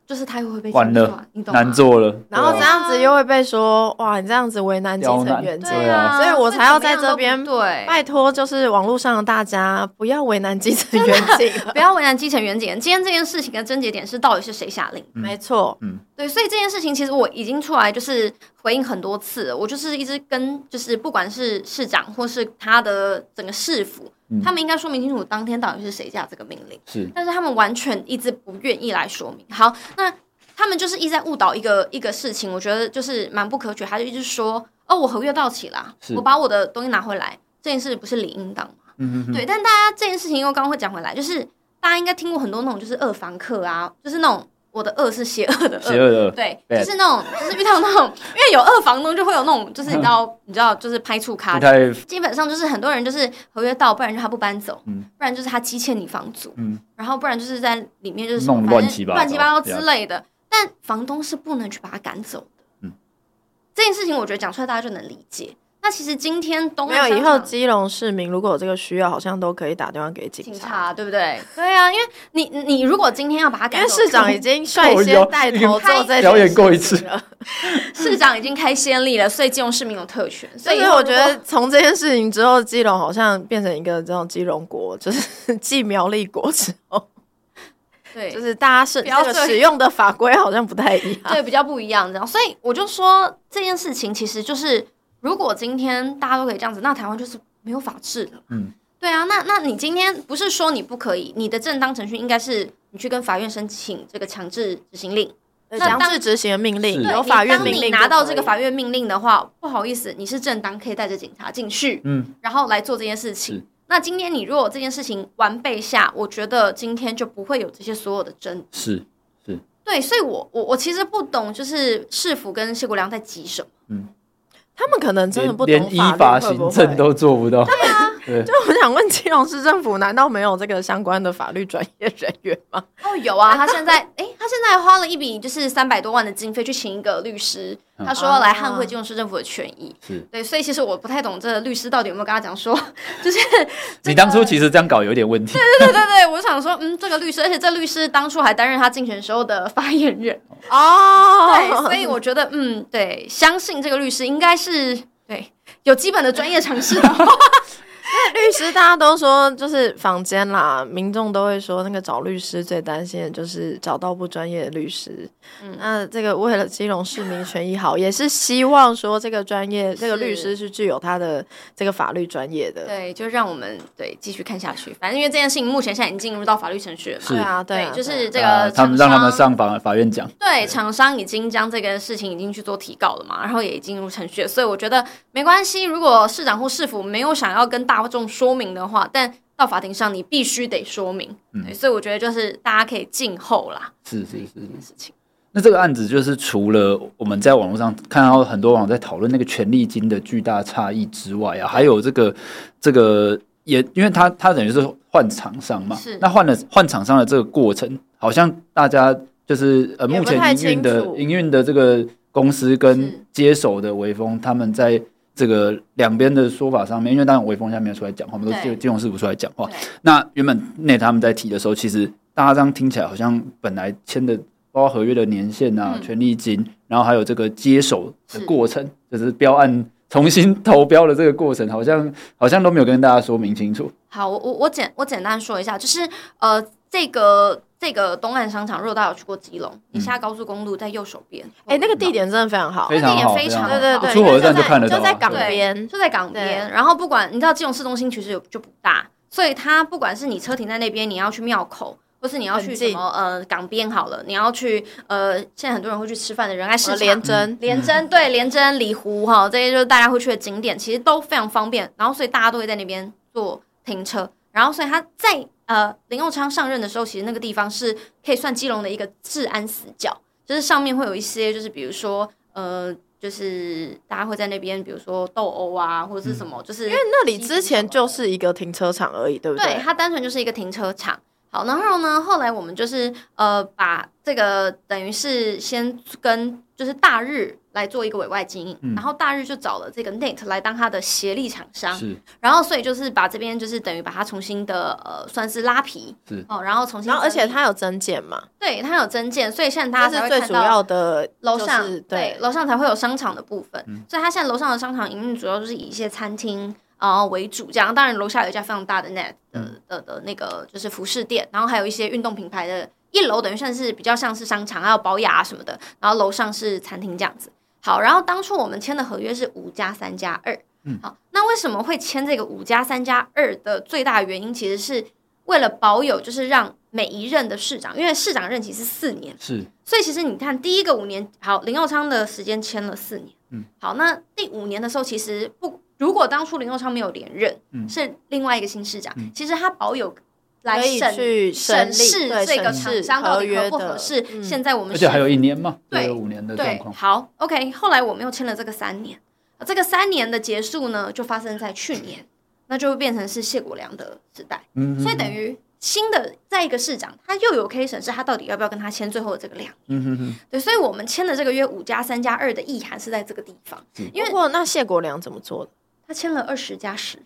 [SPEAKER 3] 就是他又会被
[SPEAKER 2] 完
[SPEAKER 3] 讲出
[SPEAKER 2] 了
[SPEAKER 3] 来，你懂吗？
[SPEAKER 2] 难做了。
[SPEAKER 1] 然后
[SPEAKER 2] 对
[SPEAKER 1] 这
[SPEAKER 2] 啊
[SPEAKER 1] 样子又会被说哇，你这样子为难基
[SPEAKER 2] 刁
[SPEAKER 1] 层
[SPEAKER 2] 难
[SPEAKER 1] 员警。
[SPEAKER 3] 对
[SPEAKER 2] 对啊
[SPEAKER 3] 啊，
[SPEAKER 1] 所以我才要在
[SPEAKER 3] 所以怎么样
[SPEAKER 1] 这边
[SPEAKER 3] 都不对。
[SPEAKER 1] 拜托，就是网络上的大家不要为难基层员 警了。
[SPEAKER 3] 不要为难基层员警。今天这件事情的症结点是到底是谁下令？
[SPEAKER 2] 嗯
[SPEAKER 1] 没错，
[SPEAKER 3] 对，所以这件事情其实我已经出来就是回应很多次了，我就是一直跟就是不管是市长或是他的整个市府，
[SPEAKER 2] 嗯
[SPEAKER 3] 他们应该说明清楚当天到底是谁下这个命令。
[SPEAKER 2] 是嗯
[SPEAKER 3] 但是他们完全一直不愿意来说明。好，那他们就是一直在误导一个一个事情，我觉得就是蛮不可取。他就一直说，哦，我合约到期啦，
[SPEAKER 2] 是
[SPEAKER 3] 我把我的东西拿回来，这件事不是理应当吗？
[SPEAKER 2] 嗯嗯嗯，
[SPEAKER 3] 对，但大家这件事情又刚刚会讲回来，就是大家应该听过很多那种就是恶房客啊，就是那种我的恶是邪恶的
[SPEAKER 2] 邪恶的
[SPEAKER 3] 对，
[SPEAKER 2] Bad
[SPEAKER 3] 就是那种，就是遇到那种，因为有二房东就会有那种，就是你知道， 你知道，就是拍醋咖
[SPEAKER 1] 呃
[SPEAKER 2] 不，太
[SPEAKER 3] 基本上就是很多人就是合约到，不然就他不搬走，
[SPEAKER 2] 嗯
[SPEAKER 3] 不然就是他积欠你房租，
[SPEAKER 2] 嗯
[SPEAKER 3] 然后不然就是在里面就是什
[SPEAKER 2] 弄
[SPEAKER 3] 么反
[SPEAKER 2] 乱
[SPEAKER 3] 正
[SPEAKER 2] 七八
[SPEAKER 3] 乱七
[SPEAKER 2] 糟
[SPEAKER 3] 八糟
[SPEAKER 2] 对
[SPEAKER 3] 之
[SPEAKER 2] 啊
[SPEAKER 3] 类的，但房东是不能去把他赶走的。
[SPEAKER 2] 嗯，
[SPEAKER 3] 这件事情我觉得讲出来大家就能理解。那其实今天东
[SPEAKER 1] 没有
[SPEAKER 3] 岸商
[SPEAKER 1] 以后
[SPEAKER 3] 场
[SPEAKER 1] 基隆市民如果有这个需要，好像都可以打电话给警
[SPEAKER 3] 警
[SPEAKER 1] 察，
[SPEAKER 3] 察对不对？对啊，因为你你如果今天要把他
[SPEAKER 1] 因
[SPEAKER 3] 赶
[SPEAKER 1] 为
[SPEAKER 3] 走，
[SPEAKER 1] 市长已经率先带头做这件事情了
[SPEAKER 2] 表演过一次
[SPEAKER 3] 市长已经开先例了，所以基隆市民有特权。所
[SPEAKER 1] 所
[SPEAKER 3] 以
[SPEAKER 1] 以
[SPEAKER 3] 以后
[SPEAKER 1] 我
[SPEAKER 3] 如
[SPEAKER 1] 觉
[SPEAKER 3] 果
[SPEAKER 1] 得从这件事情之后，基隆好像变成一个这种基隆国，就是继苗栗国之后，
[SPEAKER 3] 对，
[SPEAKER 1] 就是大家是
[SPEAKER 3] 不要
[SPEAKER 1] 这个
[SPEAKER 3] 对
[SPEAKER 1] 使用的法规好像不太一样。
[SPEAKER 3] 对，比较不一样这样。所以我就说这件事情其实就是，如果今天大家都可以这样子，那台湾就是没有法治了。
[SPEAKER 2] 嗯，
[SPEAKER 3] 对啊，那那你今天不是说你不可以，你的正当程序应该是你去跟法院申请这个强制执行令。
[SPEAKER 1] 对
[SPEAKER 3] 那
[SPEAKER 1] 强
[SPEAKER 3] 当
[SPEAKER 1] 制执行的命令，
[SPEAKER 2] 是
[SPEAKER 1] 有
[SPEAKER 3] 你
[SPEAKER 1] 法院
[SPEAKER 3] 当
[SPEAKER 1] 命
[SPEAKER 3] 你
[SPEAKER 1] 令
[SPEAKER 3] 拿到这个
[SPEAKER 1] 法，
[SPEAKER 3] 法院命令的话，不好意思，你是正当可以带着警察进去，
[SPEAKER 2] 嗯，
[SPEAKER 3] 然后来做这件事情
[SPEAKER 2] 是。
[SPEAKER 3] 那今天你如果这件事情完备下，我觉得今天就不会有这些所有的争
[SPEAKER 2] 是
[SPEAKER 3] 对，所以我我我其实不懂，就是市府跟谢国良在急什么。
[SPEAKER 1] 他们可能真的
[SPEAKER 2] 连
[SPEAKER 1] 不
[SPEAKER 2] 连
[SPEAKER 1] 懂
[SPEAKER 2] 依
[SPEAKER 1] 法
[SPEAKER 2] 法
[SPEAKER 1] 律会
[SPEAKER 2] 行
[SPEAKER 1] 不
[SPEAKER 2] 政
[SPEAKER 1] 会？
[SPEAKER 2] 都做不到。
[SPEAKER 1] 就我想问，基隆市政府难道没有这个相关的法律专业人员吗？
[SPEAKER 3] 哦，有 啊，他现在哎、他现在花了一笔就是三百多万的经费去请一个律师，
[SPEAKER 1] 嗯
[SPEAKER 3] 他说
[SPEAKER 1] 啊
[SPEAKER 3] 要来捍卫基隆市政府的权益。
[SPEAKER 2] 是
[SPEAKER 3] 对，所以其实我不太懂这个律师到底有没有跟他讲说，就是
[SPEAKER 2] 你当初其实这样搞有点问题，
[SPEAKER 3] 对对对，我想说，嗯，这个律师，而且这律师当初还担任他竞选时候的发言人，
[SPEAKER 1] 哦
[SPEAKER 3] 对，所以我觉得，嗯，对，相信这个律师应该是对有基本的专业常识的话，
[SPEAKER 1] 律师大家都说，就是坊间啦，民众都会说，那个找律师最担心的就是找到不专业的律师。嗯，那这个为了基隆市民权益好，也是希望说这个专业这个律师是具有他的这个法律专业的。
[SPEAKER 3] 对，就让我们对继续看下去。反正因为这件事情目前现在已经进入到法律程序了嘛，
[SPEAKER 2] 是
[SPEAKER 1] 对啊，对
[SPEAKER 3] 对
[SPEAKER 1] 啊，，
[SPEAKER 3] 就是这
[SPEAKER 2] 呃
[SPEAKER 3] 个
[SPEAKER 2] 他们
[SPEAKER 3] 厂
[SPEAKER 2] 让他们
[SPEAKER 3] 商
[SPEAKER 2] 上法法院讲，
[SPEAKER 3] 对，厂商已经将这个事情已经去做提告了嘛，然后也已经入程序了，所以我觉得没关系。如果市长或市府没有想要跟大众说明的话，但到法庭上你必须得说明。
[SPEAKER 2] 嗯
[SPEAKER 3] 对，所以我觉得就是大家可以静候啦
[SPEAKER 2] 是是是。
[SPEAKER 3] 这件事情。
[SPEAKER 2] 那这个案子就是除了我们在网络上看到很多网友在讨论那个权利金的巨大差异之外啊，还有这个这个也，因为他他等于是换厂商嘛
[SPEAKER 3] 是，
[SPEAKER 2] 那换了换厂商的这个过程，好像大家就是呃，
[SPEAKER 1] 也
[SPEAKER 2] 目
[SPEAKER 1] 不
[SPEAKER 2] 前
[SPEAKER 1] 太
[SPEAKER 2] 营运的
[SPEAKER 1] 清楚
[SPEAKER 2] 营运的这个公司跟
[SPEAKER 3] 是
[SPEAKER 2] 接手的微风，他们在这个两边的说法上面，因为当然微风现在没有出来讲话，我们都
[SPEAKER 3] 对
[SPEAKER 2] 金金融师傅出来讲话
[SPEAKER 3] 对。
[SPEAKER 2] 那原本内他们在提的时候，其实大家这样听起来好像本来签的包括合约的年限啊、
[SPEAKER 3] 嗯
[SPEAKER 2] 权利金，然后还有这个接手的
[SPEAKER 3] 是
[SPEAKER 2] 过程，就是标案重新投标的这个过程，好像 好像都没有跟大家说明清楚。
[SPEAKER 3] 好，我我我简我简单说一下，就是呃，这个这个东岸商场，如果大家有去过基隆，你下高速公路在右手边，
[SPEAKER 1] 哎、那个地点真的非常好，
[SPEAKER 2] 嗯非常好，
[SPEAKER 3] 非常
[SPEAKER 2] 好
[SPEAKER 1] 对对对，
[SPEAKER 2] 出火车站
[SPEAKER 1] 就
[SPEAKER 2] 就看得到啊
[SPEAKER 1] 就在港
[SPEAKER 3] 对
[SPEAKER 1] 边，
[SPEAKER 3] 就在港边。然后不管你知道基隆市中心其实有就不大，所以它不管是你车停在那边，你要去庙口。或是你要
[SPEAKER 1] 很
[SPEAKER 3] 去
[SPEAKER 1] 近
[SPEAKER 3] 什么呃港边好了，你要去呃现在很多人会去吃饭的仁爱市
[SPEAKER 1] 呃
[SPEAKER 3] 场，
[SPEAKER 1] 连针，
[SPEAKER 3] 嗯连针对连针、里湖哈，这些就是大家会去的景点，其实都非常方便。然后所以大家都会在那边做停车。然后所以他在呃林佑昌上任的时候，其实那个地方是可以算基隆的一个治安死角，就是上面会有一些就是比如说呃就是大家会在那边比如说斗殴啊或者是什么，就是因为
[SPEAKER 1] 嗯那里之前就是一个停车场而已，对不
[SPEAKER 3] 对，它单纯就是一个停车场。好，然后呢，后来我们就是呃，把这个等于是先跟就是大日来做一个委外经营，
[SPEAKER 2] 嗯
[SPEAKER 3] 然后大日就找了这个 Net 来当它的协力厂商，
[SPEAKER 2] 是
[SPEAKER 3] 然后所以就是把这边就是等于把它重新的呃算是拉皮，
[SPEAKER 2] 是
[SPEAKER 3] 哦，然后重新
[SPEAKER 1] 然后而且
[SPEAKER 3] 整理
[SPEAKER 1] 它有增减嘛，
[SPEAKER 3] 对它有增建，所以现在大
[SPEAKER 1] 它
[SPEAKER 3] 家才
[SPEAKER 1] 是
[SPEAKER 3] 会
[SPEAKER 1] 最
[SPEAKER 3] 看
[SPEAKER 1] 主
[SPEAKER 3] 到
[SPEAKER 1] 要的
[SPEAKER 3] 楼
[SPEAKER 1] 就
[SPEAKER 3] 上、
[SPEAKER 1] 是
[SPEAKER 3] 对
[SPEAKER 1] 对，嗯
[SPEAKER 3] 楼上才会有商场的部分，所以它现在楼上的商场营运主要就是以一些餐厅啊、呃为主，这样。当然楼下有一家非常大的 net 的
[SPEAKER 1] 嗯
[SPEAKER 3] 的的那个就是服饰店，然后还有一些运动品牌的，一楼等于算是比较像是商场，还有保雅啊什么的，然后楼上是餐厅这样子。好，然后当初我们签的合约是五加三加二，
[SPEAKER 1] 嗯
[SPEAKER 3] 好，那为什么会签这个五加三加二的最大原因，其实是为了保有，就是让每一任的市长，因为市长任期是四年。
[SPEAKER 2] 是
[SPEAKER 3] 所以其实你看，第一个五年，好，林佑昌的时间签了四年，嗯，好，那第五年的时候，其实不，如果当初林佑昌没有连任，嗯，是另外一个新市长，
[SPEAKER 2] 嗯
[SPEAKER 3] 其实他保有来
[SPEAKER 1] 可以
[SPEAKER 3] 审
[SPEAKER 1] 去
[SPEAKER 3] 审
[SPEAKER 1] 审
[SPEAKER 3] 视
[SPEAKER 1] 理对
[SPEAKER 3] 这个
[SPEAKER 1] 审
[SPEAKER 3] 厂
[SPEAKER 1] 视
[SPEAKER 3] 商到
[SPEAKER 1] 合
[SPEAKER 3] 底合
[SPEAKER 1] 约
[SPEAKER 3] 不合
[SPEAKER 1] 的，嗯
[SPEAKER 3] 适。现在我们
[SPEAKER 2] 而且还
[SPEAKER 3] 是
[SPEAKER 2] 有一年嘛，
[SPEAKER 3] 对
[SPEAKER 2] 有五年的状
[SPEAKER 3] 对
[SPEAKER 2] 况，，
[SPEAKER 3] 好，OK，后来我们又签了这个三年，呃这个三年的结束呢，就发生在去年，那就会变成是谢国良的时代。
[SPEAKER 2] 嗯
[SPEAKER 3] 所以等于新的在一个市长，他又有可以审视他到底要不要跟他签最后的这个量。
[SPEAKER 2] 嗯哼哼，
[SPEAKER 3] 对，所以我们签的这个约五加三加二的意涵是在这个地方，因
[SPEAKER 1] 因
[SPEAKER 3] 为
[SPEAKER 1] 为那谢国良怎么做的？
[SPEAKER 3] 他签了二十加十。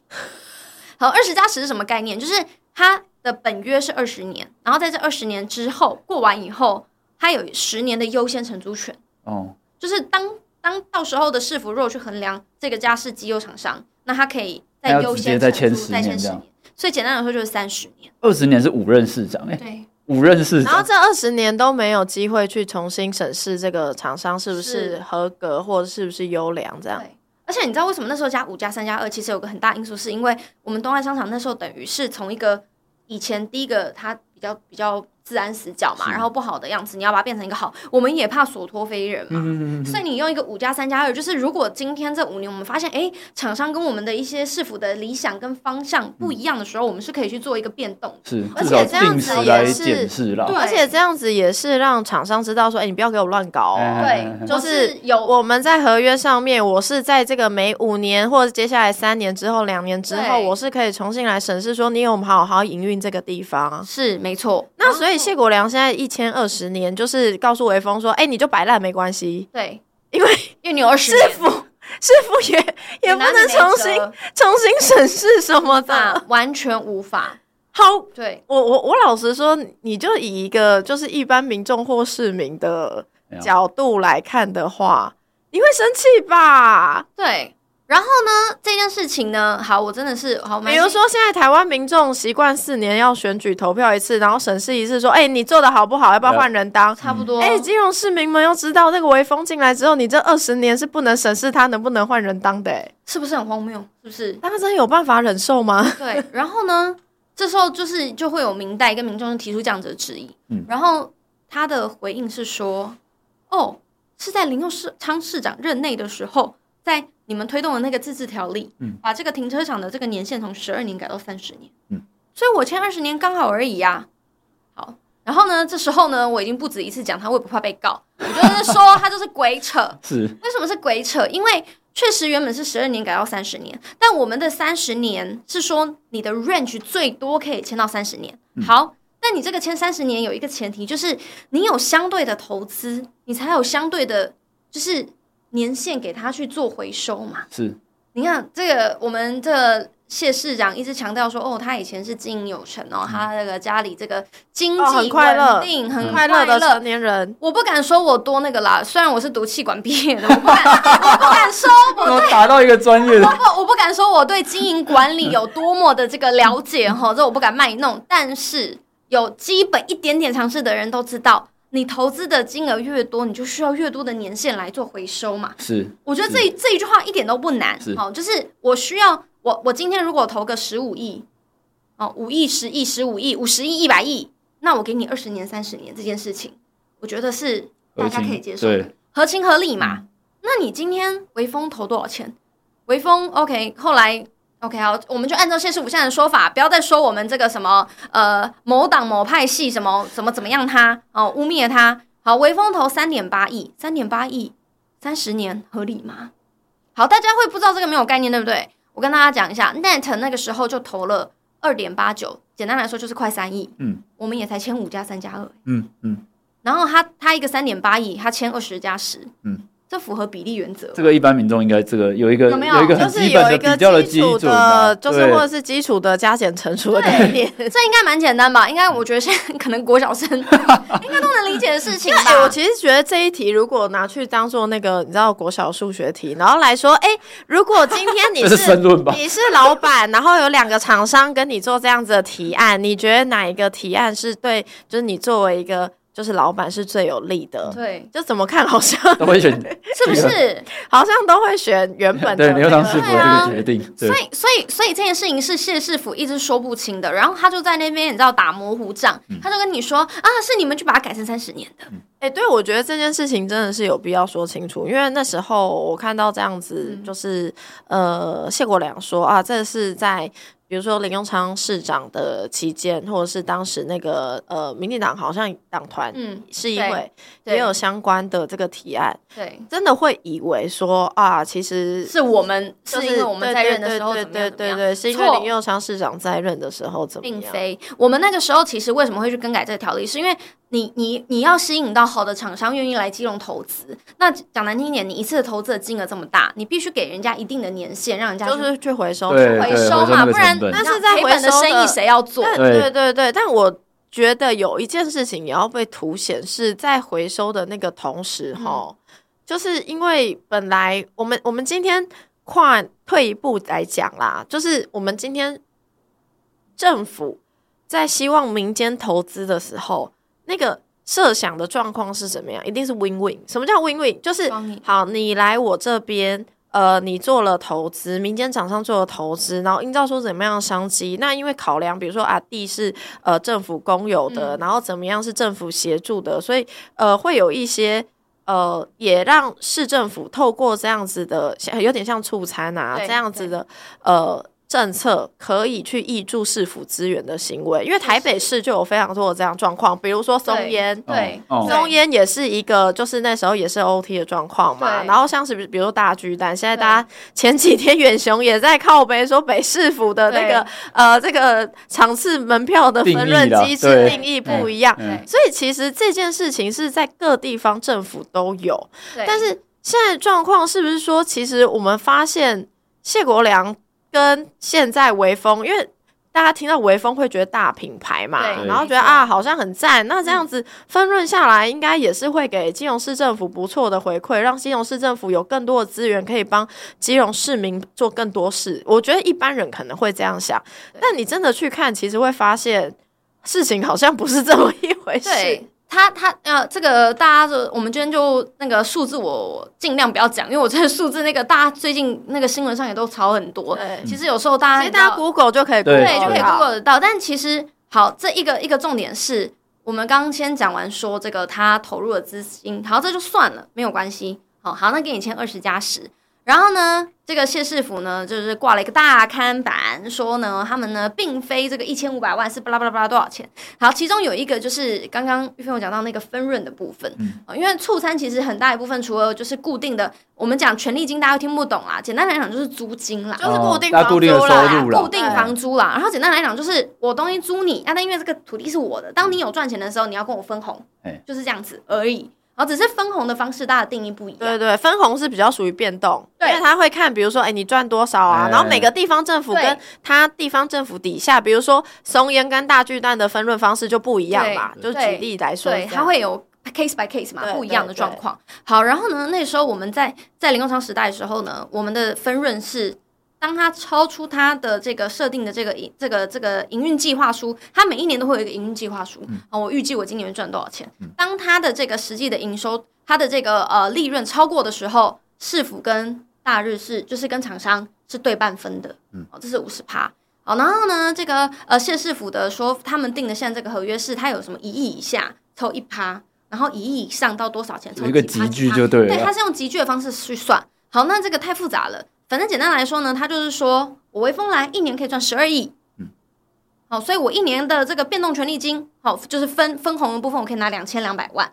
[SPEAKER 3] 好，二十加十是什么概念？就是他的本约是二十年，然后在这二十年之后过完以后，他有十年的优先承租权。
[SPEAKER 2] 哦，
[SPEAKER 3] 就是当当到时候的市府如果去衡量这个家是机油厂商，那他可以
[SPEAKER 2] 那
[SPEAKER 3] 再
[SPEAKER 2] 要
[SPEAKER 3] 优
[SPEAKER 2] 直
[SPEAKER 3] 先
[SPEAKER 2] 接再
[SPEAKER 3] 承
[SPEAKER 2] 签10
[SPEAKER 3] 租再签
[SPEAKER 2] 年
[SPEAKER 3] 十
[SPEAKER 2] 这样
[SPEAKER 3] 年。所以简单来说就是三十年。
[SPEAKER 2] 二十年是五任市长，哎、
[SPEAKER 3] 对，
[SPEAKER 2] 五任市
[SPEAKER 1] 然后
[SPEAKER 2] 长，
[SPEAKER 1] 这二十年都没有机会去重新审视这个厂商是不
[SPEAKER 3] 是
[SPEAKER 1] 是合格，或者是不是优良这样。
[SPEAKER 3] 对而且你知道为什么那时候加五加三加二，其实有个很大因素，是因为我们东岸商场那时候等于是从一个以前第一个它比较比较治安死角嘛，
[SPEAKER 2] 是
[SPEAKER 3] 然后不好的样子，你要把它变成一个好，我们也怕所托非人嘛。
[SPEAKER 2] 嗯
[SPEAKER 3] 所以你用一个五加三加二，就是如果今天这五年我们发现，哎，厂商跟我们的一些市府的理想跟方向不一样的时候，我们是可以去做一个变动的。
[SPEAKER 2] 是
[SPEAKER 1] 而
[SPEAKER 2] 至
[SPEAKER 1] 且
[SPEAKER 2] 少
[SPEAKER 1] 这样
[SPEAKER 2] 定
[SPEAKER 1] 子
[SPEAKER 2] 时
[SPEAKER 1] 也
[SPEAKER 2] 来
[SPEAKER 1] 是
[SPEAKER 2] 检视啦，
[SPEAKER 3] 对
[SPEAKER 1] 而且这样子也是让厂商知道说，哎、你不要给我乱搞哦。
[SPEAKER 2] 哎
[SPEAKER 3] 对，
[SPEAKER 1] 就
[SPEAKER 3] 就是是有
[SPEAKER 1] 我们在合约上面，我是在这个每五年或者接下来三年之后、两年之后，
[SPEAKER 3] 对
[SPEAKER 1] 我是可以重新来审视说，你有没有好好营运这个地方啊。
[SPEAKER 3] 是没错。
[SPEAKER 1] 那所以谢国良现在一千二十年，就是告诉微风说，哎、你就摆烂没关系，
[SPEAKER 3] 对，
[SPEAKER 1] 因为
[SPEAKER 3] 因为你有二十
[SPEAKER 1] 市
[SPEAKER 3] 年，
[SPEAKER 1] 府市府也也不
[SPEAKER 3] 拿你
[SPEAKER 1] 能
[SPEAKER 3] 没
[SPEAKER 1] 重
[SPEAKER 3] 辙啊
[SPEAKER 1] 新重新审视什么
[SPEAKER 3] 无法
[SPEAKER 1] 的。
[SPEAKER 3] 完全无法。
[SPEAKER 1] 好，
[SPEAKER 3] 对，
[SPEAKER 1] 我我我老实说，你就以一个就是一般民众或市民的
[SPEAKER 2] 哎呀
[SPEAKER 1] 角度来看的话，你会生气吧？
[SPEAKER 3] 对，然后呢，这件事情呢，好，我真的是好，
[SPEAKER 1] 比如说，现在台湾民众习惯四年要选举投票一次，然后审视一次，说：“哎、你做的好不好？要不要
[SPEAKER 2] 对啊
[SPEAKER 1] 换人当？”
[SPEAKER 3] 差不多，
[SPEAKER 1] 哎、金融市民们要知道，那个微风进来之后，你这二十年是不能审视他能不能换人当的、哎，？
[SPEAKER 3] 是不是很荒谬？是不是
[SPEAKER 1] 大家真的有办法忍受吗？
[SPEAKER 3] 对，然后呢，这时候就是就会有明代跟民众提出这样子的质疑，
[SPEAKER 2] 嗯
[SPEAKER 3] 然后他的回应是说，哦，是在林佑市昌市长任内的时候，在你们推动的那个自治条例，
[SPEAKER 2] 嗯
[SPEAKER 3] 把这个停车场的这个年限从十二年改到三十年，
[SPEAKER 2] 嗯，
[SPEAKER 3] 所以我签二十年刚好而已呀、好。然后呢？这时候呢，我已经不止一次讲他会不怕被告，我就是说他就是鬼扯，
[SPEAKER 2] 是
[SPEAKER 3] 为什么是鬼扯？因为确实原本是十二年改到三十年，
[SPEAKER 1] 嗯
[SPEAKER 3] 但我们的三十年是说你的 range 最多可以签到三十年。好，但你这个签三十年有一个前提，就是你有相对的投资，你才有相对的，就是年限给他去做回收嘛。
[SPEAKER 2] 是
[SPEAKER 3] 你看这个，我们这个谢市长一直强调说，哦，他以前是经营有成哦，他这个家里这个经济
[SPEAKER 1] 嗯哦很快乐嗯
[SPEAKER 3] 稳定，
[SPEAKER 2] 嗯
[SPEAKER 3] 很
[SPEAKER 1] 快乐
[SPEAKER 3] 乐
[SPEAKER 1] 的成年人，
[SPEAKER 3] 我不敢说我多那个啦，虽然我是读气管毕业的，我不敢，我不敢说我
[SPEAKER 2] 我打到一个专业的
[SPEAKER 3] 我不，我不敢说我对经营管理有多么的这个了解哈，这我不敢卖弄。但是有基本一点点常识的人都知道，你投资的金额越多，你就需要越多的年限来做回收嘛。
[SPEAKER 2] 是
[SPEAKER 3] 我觉得这一这一句话一点都不难
[SPEAKER 2] 是，
[SPEAKER 3] 好、就是我需要我我今天如果投个十五亿，哦，五亿、十亿、十五亿、五十亿、一百亿，那我给你二十年、三十年这件事情，我觉得是大
[SPEAKER 2] 合
[SPEAKER 3] 家
[SPEAKER 2] 情
[SPEAKER 3] 可以接受的。
[SPEAKER 2] 对，嗯
[SPEAKER 3] 合情合理嘛。那你今天微风投多少钱？微风 OK，后来 OK 好，我们就按照谢师傅现在的说法，不要再说我们这个什么呃某党某派系什么怎么怎么样他哦污蔑他。好，微风投三点八亿，三点八亿，三十年合理吗？好，大家会不知道这个没有概念，对不对？我跟大家讲一下，Net 那个时候就投了二点八九，简单来说就是快三亿。
[SPEAKER 2] 嗯，
[SPEAKER 3] 我们也才签五加三加二，
[SPEAKER 2] 嗯嗯，
[SPEAKER 3] 然后他他一个三点八亿，他签二十加十，
[SPEAKER 2] 嗯，
[SPEAKER 3] 这符合比例原则。
[SPEAKER 2] 这个一般民众应该这个有一个
[SPEAKER 3] 有没有
[SPEAKER 2] 一个
[SPEAKER 1] 就
[SPEAKER 2] 很
[SPEAKER 1] 是
[SPEAKER 2] 基
[SPEAKER 1] 有
[SPEAKER 2] 本
[SPEAKER 1] 一
[SPEAKER 2] 的
[SPEAKER 1] 个
[SPEAKER 2] 比较的
[SPEAKER 1] 基
[SPEAKER 2] 基
[SPEAKER 1] 础
[SPEAKER 2] 准啊
[SPEAKER 1] 的，就是或者
[SPEAKER 2] 对
[SPEAKER 1] 是基础的加减乘除的概念。
[SPEAKER 3] 这应该蛮简单吧？应该我觉得现在可能国小生应该都能理解的事情
[SPEAKER 1] 哎、我
[SPEAKER 3] 吧。
[SPEAKER 1] 其实觉得这一题如果拿去当做那个你知道国小数学题，然后来说，哎、如果今天你
[SPEAKER 2] 这是
[SPEAKER 1] 是
[SPEAKER 2] 申论吧？
[SPEAKER 1] 你是老板，然后有两个厂商跟你做这样子的提案，你觉得哪一个提案是对？就是你作为一个就是老板是最有利的？
[SPEAKER 3] 对，
[SPEAKER 1] 就怎么看好像
[SPEAKER 2] 都会选
[SPEAKER 3] 是不是？
[SPEAKER 1] 好像都会选原本的、
[SPEAKER 2] 对
[SPEAKER 1] 那
[SPEAKER 2] 牛
[SPEAKER 1] 个
[SPEAKER 2] 郎师傅
[SPEAKER 3] 对啊
[SPEAKER 2] 这个决定，对哦
[SPEAKER 3] 所以，所以，所以这件事情是谢世福一直说不清的。然后他就在那边，你知道打模糊仗，他就跟你说啊，是你们去把它改成三十年的。
[SPEAKER 1] 哎、对，我觉得这件事情真的是有必要说清楚，因为那时候我看到这样子，
[SPEAKER 3] 嗯
[SPEAKER 1] 就是、呃，谢国良说啊，这是在比如说林永昌市长的期间，或者是当时那个呃，民进党好像党团、
[SPEAKER 3] 嗯，
[SPEAKER 1] 是因
[SPEAKER 3] 对
[SPEAKER 1] 为也
[SPEAKER 3] 对
[SPEAKER 1] 有相关的这个提案，
[SPEAKER 3] 对，
[SPEAKER 1] 真的会以为说啊，其实。
[SPEAKER 3] 是我们，
[SPEAKER 1] 就是
[SPEAKER 3] 因为我们在任的时候
[SPEAKER 1] 对
[SPEAKER 3] 怎
[SPEAKER 1] 对对
[SPEAKER 3] 么样怎么
[SPEAKER 1] 对对
[SPEAKER 3] 样，
[SPEAKER 1] 对，是因为
[SPEAKER 3] 错
[SPEAKER 1] 林佑昌市长在任的时候怎么
[SPEAKER 3] 并
[SPEAKER 1] 样？
[SPEAKER 3] 非我们那个时候其实为什么会去更改这个条例，是因为你你你要吸引到好的厂商愿意来基隆投资。那讲难听一点，你一次的投资的金额这么大，你必须给人家一定的年限，让人家
[SPEAKER 1] 就
[SPEAKER 3] 去
[SPEAKER 1] 是去回收
[SPEAKER 2] 对
[SPEAKER 1] 厂
[SPEAKER 3] 回
[SPEAKER 2] 对
[SPEAKER 3] 收
[SPEAKER 2] 回收
[SPEAKER 3] 嘛，
[SPEAKER 2] 那
[SPEAKER 3] 不
[SPEAKER 2] 个
[SPEAKER 3] 然
[SPEAKER 2] 成本
[SPEAKER 1] 但是在
[SPEAKER 3] 赔
[SPEAKER 1] 回
[SPEAKER 3] 本的
[SPEAKER 1] 收的嗯
[SPEAKER 3] 生意谁要做？
[SPEAKER 1] 但
[SPEAKER 2] 对
[SPEAKER 1] 对对对，但我觉得有一件事情也要被凸显，是在回收的那个同时，哈、就是因为本来我们我们今天跨退一步来讲啦，就是我们今天政府在希望民间投资的时候，那个。设想的状况是怎么样？一定是 win-win。什么叫 win-win？就是
[SPEAKER 3] 双赢
[SPEAKER 1] 好，你来我这边，呃，你做了投资，民间厂商做了投资，然后营造出怎么样的商机？那因为考量，比如说啊，地是呃政府公有
[SPEAKER 3] 嗯
[SPEAKER 1] 的，然后怎么样是政府协助的，所以呃会有一些。呃，也让市政府透过这样子的，像有点像促餐啊
[SPEAKER 3] 对
[SPEAKER 1] 这样子的呃政策，可以去挹注市府资源的行为。因为台北市就有非常多的这样状况，比如说松
[SPEAKER 3] 对
[SPEAKER 1] 烟，
[SPEAKER 3] 对
[SPEAKER 2] 哦
[SPEAKER 3] 对
[SPEAKER 1] 松烟也是一个，就是那时候也是 OT 的状况嘛。
[SPEAKER 3] 对
[SPEAKER 1] 然后像是比比如说大巨蛋，现在大家前几天远雄也在靠北说北市府的那个
[SPEAKER 3] 对
[SPEAKER 1] 呃这个场次门票的分润
[SPEAKER 2] 定义啦
[SPEAKER 1] 机制
[SPEAKER 2] 对
[SPEAKER 1] 定义不一样，
[SPEAKER 2] 嗯
[SPEAKER 1] 所以其实这件事情是在各地方政府都有，
[SPEAKER 3] 对
[SPEAKER 1] 但是现在的状况是不是说，其实我们发现谢国良跟现在微风，因为大家听到微风会觉得大品牌嘛
[SPEAKER 3] 对，
[SPEAKER 1] 然后觉得
[SPEAKER 3] 没错
[SPEAKER 1] 啊好像很赞，那这样子分润下来，应该也是会给基隆市政府不错的回馈，让基隆市政府有更多的资源可以帮基隆市民做更多事。我觉得一般人可能会这样想，但你真的去看，其实会发现事情好像不是这么一回事。
[SPEAKER 3] 对他他呃，这个大家就我们今天就那个数字我尽量不要讲，因为我这个数字那个大家最近那个新闻上也都吵很多。
[SPEAKER 1] 对
[SPEAKER 3] 其实有时候大家
[SPEAKER 1] 其实大家 Google 就可以 Google
[SPEAKER 2] 对
[SPEAKER 3] 对，就可以
[SPEAKER 1] 到
[SPEAKER 3] Google 得到。但其实好，这一个一个重点是我们刚刚先讲完说这个他投入的资金，好，这就算了，没有关系。好好，那给你签二十加十。然后呢，这个谢世福呢，就是挂了一个大看板，说呢，他们呢并非这个一千五百万是巴拉巴拉巴拉多少钱。好，其中有一个就是刚刚玉芬有讲到那个分润的部分，
[SPEAKER 2] 嗯
[SPEAKER 3] 呃因为促餐其实很大一部分除了就是固定的，我们讲权利金大家都听不懂啦，简单来讲就是租金啦。
[SPEAKER 1] 就是固定
[SPEAKER 2] 哦那固定的
[SPEAKER 1] 房租啦
[SPEAKER 2] 收入啦
[SPEAKER 3] 啊固定房租啦，然后简单来讲就是我东西租你，啊那但因为这个土地是我的，当你有赚钱的时候，你要跟我分红
[SPEAKER 2] 哎，
[SPEAKER 3] 就是这样子而已。然后只是分红的方式，大家的定义不一样
[SPEAKER 1] 对。对，分红是比较属于变动，
[SPEAKER 3] 对
[SPEAKER 1] 因为他会看，比如说，哎，你赚多少啊？
[SPEAKER 2] 哎
[SPEAKER 1] 然后每个地方政府
[SPEAKER 3] 对
[SPEAKER 1] 跟他地方政府底下，比如说松烟跟大巨蛋的分润方式就不一样嘛。就
[SPEAKER 3] 对
[SPEAKER 1] 举例来说，
[SPEAKER 3] 对，
[SPEAKER 1] 这样
[SPEAKER 3] 它会有 case by case 嘛，
[SPEAKER 1] 对
[SPEAKER 3] 不一样的状况。好，然后呢，那时候我们在在零工厂时代的时候呢，我们的分润是。当它超出它的这个设定的这个营这个这个营运计划书，它每一年都会有一个营运计划书。
[SPEAKER 1] 嗯
[SPEAKER 3] 啊，我预计我今年会赚多少钱？当它的这个实际的营收，它的这个呃利润超过的时候，市府跟大日是就是跟厂商是对半分的。嗯，哦，这是五十趴。好，然后呢，这个呃谢市府的说，他们定的现在这个合约是，它有什么一亿以下抽一趴，然后一亿以上到多少钱抽
[SPEAKER 2] 有一个
[SPEAKER 3] 几趴
[SPEAKER 2] 集
[SPEAKER 3] 几
[SPEAKER 2] 聚
[SPEAKER 3] 趴
[SPEAKER 2] 就对啊
[SPEAKER 3] 对，
[SPEAKER 2] 了
[SPEAKER 3] 它。是用集聚的方式去算。好，那这个太复杂了。反正简单来说呢，它就是说我微风来一年可以赚十二亿，
[SPEAKER 2] 嗯，
[SPEAKER 3] 好，所以我一年的这个变动权利金，好，就是分分红的部分，我可以拿两千两百万。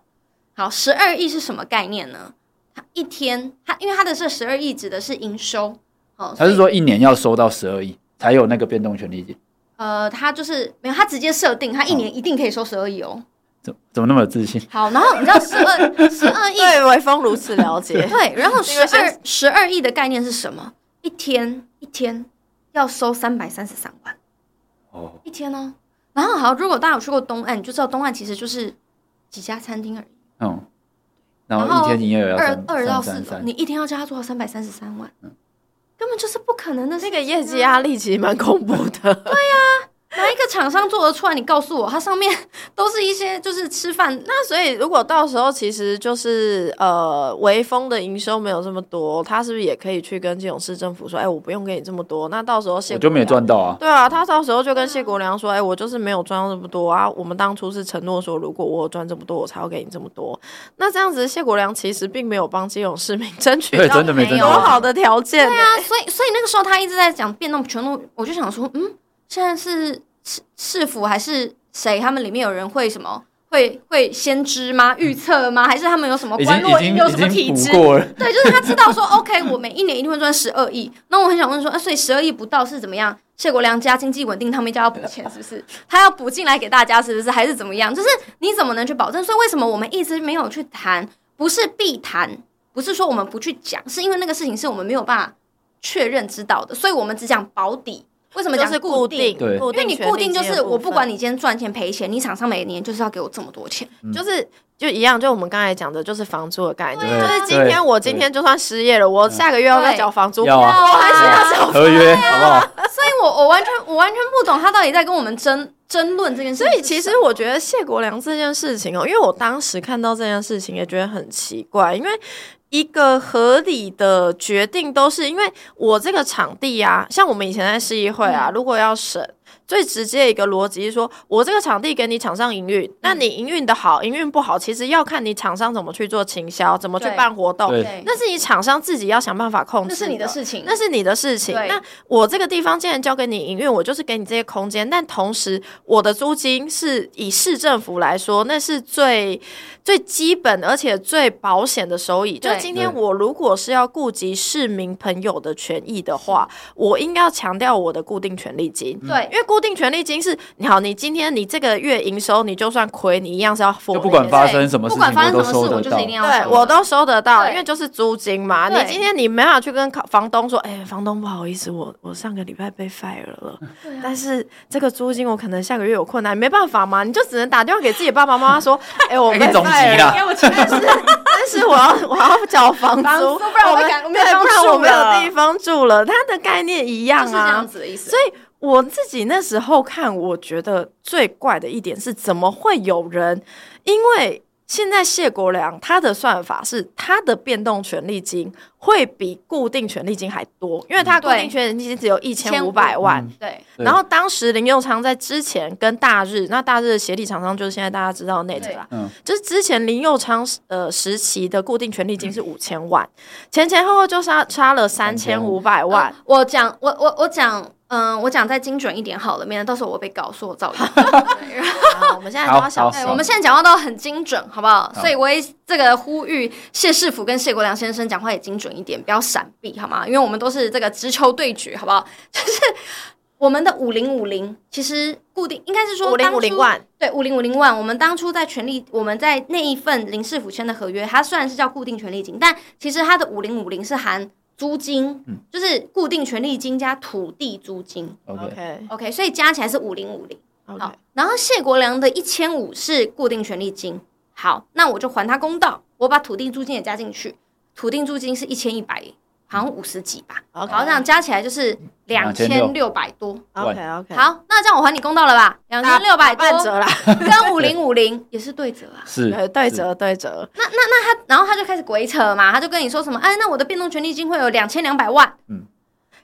[SPEAKER 3] 好，十二亿是什么概念呢？它一天，它因为它的这十二亿指的是营收，哦，
[SPEAKER 2] 他
[SPEAKER 3] 所以
[SPEAKER 2] 是说一年要收到十二亿才有那个变动权利金，
[SPEAKER 3] 呃，他就是没有，他直接设定他一年一定可以收十二亿哦。
[SPEAKER 2] 怎怎么那么有自信？
[SPEAKER 3] 好，然后你知道十二十 二亿，
[SPEAKER 1] 对微风如此了 解。
[SPEAKER 3] 对，然后
[SPEAKER 1] 因
[SPEAKER 3] 十
[SPEAKER 1] 为现
[SPEAKER 3] 二十二亿的概念是什么？一天一天要收三百三十三万
[SPEAKER 2] 哦，
[SPEAKER 3] 一天哦。然后好，如果大家有去过东岸，你就知道东岸其实就是几家餐厅而已，
[SPEAKER 2] 嗯，然
[SPEAKER 3] 然
[SPEAKER 2] 后
[SPEAKER 3] 后
[SPEAKER 2] 一天营业额要
[SPEAKER 3] 二
[SPEAKER 2] 啊三
[SPEAKER 3] 二到四
[SPEAKER 2] 三
[SPEAKER 3] 楼
[SPEAKER 2] 三，嗯
[SPEAKER 3] 你一天要叫他做到三百三十三万，根本就是不可能的事
[SPEAKER 1] 那
[SPEAKER 3] 情啊。
[SPEAKER 1] 个业绩压力其实蛮恐怖的。
[SPEAKER 3] 哪一个厂商做得出来？你告诉我，它上面 都是一些就是吃饭
[SPEAKER 1] 那所以，如果到时候其实就是呃，微风的营收没有这么多，他是不是也可以去跟基隆市政府说，哎、我不用给你这么多？那到时候谢
[SPEAKER 2] 我就没
[SPEAKER 1] 国良
[SPEAKER 2] 赚到啊。
[SPEAKER 1] 对啊，他到时候就跟谢国良说：“哎、我就是没有赚到这么多啊！我们当初是承诺说，如果我有赚这么多，我才要给你这么多。那这样子，谢国良其实并没有帮基隆市民 争取
[SPEAKER 2] 对，
[SPEAKER 1] 到
[SPEAKER 2] 真的没
[SPEAKER 3] 没
[SPEAKER 2] 真
[SPEAKER 1] 多
[SPEAKER 2] 的
[SPEAKER 3] 有
[SPEAKER 2] 没
[SPEAKER 1] 好的条件、对啊，
[SPEAKER 3] 所以所以那个时候他一直在讲变动权利，我就想说，嗯，现在是市市府还是谁？他们里面有人会什么？会会先知吗？预测吗？还是他们有什么
[SPEAKER 2] 已
[SPEAKER 3] 关洛
[SPEAKER 2] 经
[SPEAKER 3] 英
[SPEAKER 2] 已
[SPEAKER 3] 有什么
[SPEAKER 2] 经
[SPEAKER 3] 体
[SPEAKER 2] 已
[SPEAKER 3] 制
[SPEAKER 2] 经补？过了，
[SPEAKER 3] 对，就是他知道说，OK，我每一年一定会赚十二亿。那我很想问说，啊、所以十二亿不到是怎么样？谢国良家经济稳定，他们一家要补钱是不是？他要补进来给大家是不是？还是怎么样？就是你怎么能去保证？所以为什么我们一直没有去谈？不是必谈，不是说我们不去讲，是因为那个事情是我们没有办法确认知道的，所以我们只讲保底。为什么
[SPEAKER 1] 就
[SPEAKER 3] 讲
[SPEAKER 1] 是固定，
[SPEAKER 2] 对
[SPEAKER 1] 固
[SPEAKER 3] 因为
[SPEAKER 1] 定
[SPEAKER 3] 你
[SPEAKER 1] 权利
[SPEAKER 3] 固定就
[SPEAKER 1] 金的
[SPEAKER 3] 是我
[SPEAKER 1] 部
[SPEAKER 3] 不
[SPEAKER 1] 分
[SPEAKER 3] 管你今天赚钱赔钱，你厂商每年就是要给我这么多钱。
[SPEAKER 1] 就是就一样，就我们刚才讲的，就是房租的概念。
[SPEAKER 2] 对
[SPEAKER 1] 就是今
[SPEAKER 2] 对
[SPEAKER 1] 天我今天就算失业了，我下个月嗯要不要
[SPEAKER 3] 对
[SPEAKER 1] 缴房租？
[SPEAKER 2] 要啊
[SPEAKER 1] 哦我还 是要缴。
[SPEAKER 2] 合约
[SPEAKER 3] 啊
[SPEAKER 2] 好不好？
[SPEAKER 3] 所以我我完全我完全不懂他到底在跟我们争争论这件事
[SPEAKER 1] 所
[SPEAKER 3] 情是什么。
[SPEAKER 1] 以其实我觉得谢国良这件事情哦，因为我当时看到这件事情也觉得很奇怪，因为一个合理的决定都是因为我这个场地啊，像我们以前在市议会
[SPEAKER 3] 嗯
[SPEAKER 1] 啊，如果要审。最直接一个逻辑是说，我这个场地给你厂商营运，那
[SPEAKER 3] 嗯
[SPEAKER 1] 你营运的好，营运不好，其实要看你厂商怎么去做行销，怎么去
[SPEAKER 3] 对
[SPEAKER 1] 办活动，
[SPEAKER 2] 对，
[SPEAKER 3] 对，
[SPEAKER 1] 那是你厂商自己要想办法控制。
[SPEAKER 3] 那是你的事情。
[SPEAKER 1] 那是你的事情。
[SPEAKER 3] 对
[SPEAKER 1] 那我这个地方既然交给你营运，我就是给你这些空间，但同时我的租金是以市政府来说，那是最最基本而且最保险的收益。就
[SPEAKER 3] 对
[SPEAKER 1] 今天
[SPEAKER 2] 对
[SPEAKER 1] 我如果是要顾及市民朋友的权益的话，我应该要强调我的固定权利金。
[SPEAKER 2] 嗯
[SPEAKER 3] 对
[SPEAKER 1] 因为固定权利金是，你好，你今天你这个月营收，你就算亏，你一样是要付
[SPEAKER 2] 就
[SPEAKER 1] 我那个钱。
[SPEAKER 2] 不管发生什么事
[SPEAKER 3] 不
[SPEAKER 2] 情，
[SPEAKER 3] 管发
[SPEAKER 2] 我
[SPEAKER 3] 生
[SPEAKER 2] 都
[SPEAKER 3] 什么
[SPEAKER 2] 收
[SPEAKER 3] 事，我
[SPEAKER 2] 得
[SPEAKER 3] 就是
[SPEAKER 2] 到
[SPEAKER 3] 一。定要
[SPEAKER 1] 对
[SPEAKER 3] 收
[SPEAKER 1] 我都收得到，
[SPEAKER 3] 对
[SPEAKER 1] 因为就是租金嘛。你
[SPEAKER 3] 对
[SPEAKER 1] 今天你没有去跟房东说，哎、房东不好意思，我我上个礼拜被 fire 了，
[SPEAKER 3] 对啊
[SPEAKER 1] 但是这个租金我可能下个月有困难，没办法嘛，你就只能打电话给自己爸爸妈妈说，哎、我被
[SPEAKER 2] 给你总结
[SPEAKER 1] fire
[SPEAKER 2] 啦
[SPEAKER 1] 了，
[SPEAKER 3] 给我钱是
[SPEAKER 1] 但是我要我要缴房租，
[SPEAKER 3] 房租不然我
[SPEAKER 1] 们
[SPEAKER 3] 敢我没有
[SPEAKER 1] 对，
[SPEAKER 3] 房
[SPEAKER 1] 不然
[SPEAKER 3] 住
[SPEAKER 1] 我没
[SPEAKER 3] 了
[SPEAKER 1] 有地方住了。它的概念一样
[SPEAKER 3] 这
[SPEAKER 1] 啊，
[SPEAKER 3] 样子的意思。
[SPEAKER 1] 所以我自己那时候看，我觉得最怪的一点是，怎么会有人因为现在谢国良他的算法是他的变动权利金会比固定权利金还多，因为他固
[SPEAKER 3] 对
[SPEAKER 1] 定权利金只有一千五百万。
[SPEAKER 2] 嗯
[SPEAKER 3] 对，
[SPEAKER 2] 对
[SPEAKER 1] 然后当时林佑昌在之前跟大日，那大日的协力厂商就是现在大家知道的 Net
[SPEAKER 3] 对
[SPEAKER 1] 啦，
[SPEAKER 2] 嗯
[SPEAKER 1] 就是之前林佑昌呃时期的固定权利金是五千万，前前后后就差差了三千五百万
[SPEAKER 3] 嗯，我讲我我我讲，嗯、我讲再精准一点好了，免得到时候我被搞说我造谣。对然后
[SPEAKER 1] 啊我们现在都要想
[SPEAKER 2] 好
[SPEAKER 3] 对，
[SPEAKER 2] 好
[SPEAKER 3] 哎我们现在讲话都很精准，好不好？
[SPEAKER 2] 好
[SPEAKER 3] 所以我也这个呼吁谢世福跟谢国良先生讲话也精准一点，不要闪避，好吗？因为我们都是这个直球对决，好不 好？就是我们的五零五零，其实固定应该是说
[SPEAKER 1] 五零
[SPEAKER 3] 当
[SPEAKER 1] 五
[SPEAKER 3] 初
[SPEAKER 1] 零万，
[SPEAKER 3] 对，五零五零万，我们当初在权利，我们在那一份林氏府签的合约，它虽然是叫固定权利金，但其实它的五零五零是含租金，
[SPEAKER 2] 嗯
[SPEAKER 3] 就是固定权利金加土地租金。
[SPEAKER 2] ，OK，
[SPEAKER 1] OK
[SPEAKER 3] OK，所以加起来是五零五零。
[SPEAKER 1] OK
[SPEAKER 3] 好，然后谢国良的一千五是固定权利金，好，那我就还他公道，我把土地租金也加进去，土地租金是一千一百，好像五十几吧，
[SPEAKER 1] OK
[SPEAKER 3] 好，这样加起来就是两千六百多。
[SPEAKER 1] OK OK，，
[SPEAKER 3] 好，那这样我还你公道了吧？两千六百
[SPEAKER 1] 半
[SPEAKER 3] 多
[SPEAKER 1] 折啦，
[SPEAKER 3] 跟五零五零 也是对折啊。
[SPEAKER 2] 是
[SPEAKER 1] 对对
[SPEAKER 2] 是
[SPEAKER 1] 折对折，
[SPEAKER 3] 然后他就开始鬼扯嘛，他就跟你说什么，哎，那我的变动权利金会有两千两百万，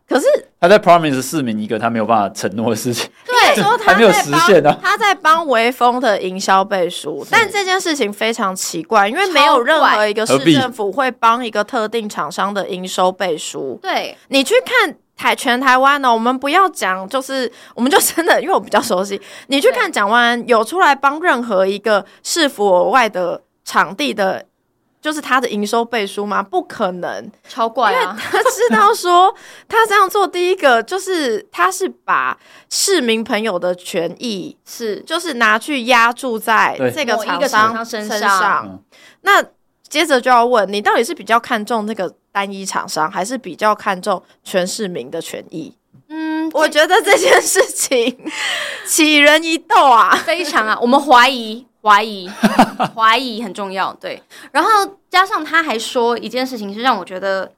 [SPEAKER 1] 可是
[SPEAKER 2] 他在 promise 市民一个他没有办法承诺的事情，
[SPEAKER 1] 对，说他
[SPEAKER 2] 还没有
[SPEAKER 1] 在
[SPEAKER 2] 实
[SPEAKER 1] 帮
[SPEAKER 2] 现啊
[SPEAKER 1] 他在帮微风的营销背书，但这件事情非常奇怪，因为没有任何一个市
[SPEAKER 2] 何必
[SPEAKER 1] 政府会帮一个特定厂商的营收背书。
[SPEAKER 3] 对，
[SPEAKER 1] 你去看台全台湾哦呢、我们不要讲，就是 我们就真的，因为我比较熟悉，你去看蒋万安有出来帮任何一个市府以外的场地的。就是他的营收背书吗？不可能，
[SPEAKER 3] 超怪啊，
[SPEAKER 1] 他知道说他这样做，第一个就是他是把市民朋友的权益
[SPEAKER 3] 是
[SPEAKER 1] 就是拿去压注在
[SPEAKER 2] 对
[SPEAKER 1] 这个
[SPEAKER 3] 某一个
[SPEAKER 1] 厂
[SPEAKER 3] 厂商身
[SPEAKER 1] 身
[SPEAKER 3] 上
[SPEAKER 2] 嗯
[SPEAKER 1] 那接着就要问你，到底是比较看重那个单一厂商，还是比较看重全市民的权益？
[SPEAKER 3] 嗯，
[SPEAKER 1] 我觉得这件事情起人一斗啊！
[SPEAKER 3] 非常啊，我 们怀疑，怀疑，怀疑很重要。对，然后加上他还说一件事情，是让我觉得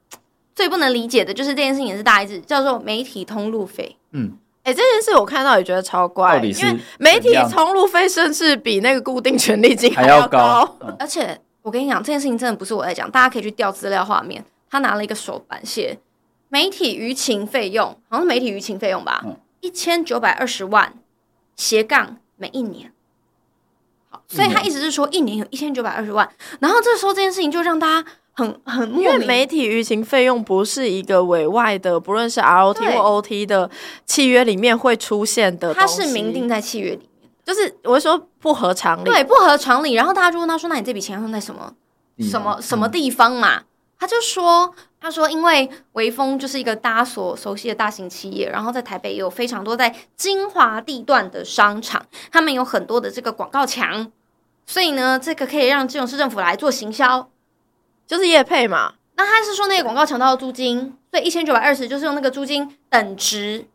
[SPEAKER 3] 最不能理解的，就是这件事情也是大一致，叫做媒体通路费。
[SPEAKER 2] 嗯，
[SPEAKER 1] 哎、这件事我看到也觉得超怪，
[SPEAKER 2] 到底是
[SPEAKER 1] 因为媒体
[SPEAKER 2] 怎样
[SPEAKER 1] 通路费甚至比那个固定权利金
[SPEAKER 2] 还
[SPEAKER 1] 要
[SPEAKER 2] 要高，嗯
[SPEAKER 3] 而且我跟你讲，这件事情真的不是我在讲，大家可以去调资料画面。他拿了一个手板写媒体舆情费用，好像是媒体舆情费用吧
[SPEAKER 2] 嗯，
[SPEAKER 3] 一千九百二十万斜杠每一年。好，所以他一直是说一年有一千九百二十万，然后这时候这件事情就让大家很很
[SPEAKER 1] 因
[SPEAKER 3] 莫
[SPEAKER 1] 为
[SPEAKER 3] 名。
[SPEAKER 1] 媒体舆情费用不是一个委外的，不论是 ROT
[SPEAKER 3] 对
[SPEAKER 1] 或 OT 的契约里面会出现的东
[SPEAKER 3] 它
[SPEAKER 1] 西，
[SPEAKER 3] 是明定在契约里，
[SPEAKER 1] 就是我会说不合常理。
[SPEAKER 3] 对，不合常理。然后大家就问他说：“那你这笔钱用在什么什
[SPEAKER 2] 嗯
[SPEAKER 3] 么什么？地方嘛？”他就说：“他说因为微风就是一个大家所熟悉的大型企业，然后在台北也有非常多在精华地段的商场，他们有很多的这个广告墙，所以呢，这个可以让基隆市政府来做行销。
[SPEAKER 1] 就是业配嘛，
[SPEAKER 3] 那他是说那个广告墙都要租金，所以一千九百二十就是用那个租金等值。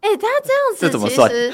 [SPEAKER 1] 哎、他这
[SPEAKER 2] 这
[SPEAKER 1] 样子
[SPEAKER 2] 怎么
[SPEAKER 1] 其
[SPEAKER 2] 算
[SPEAKER 1] 实，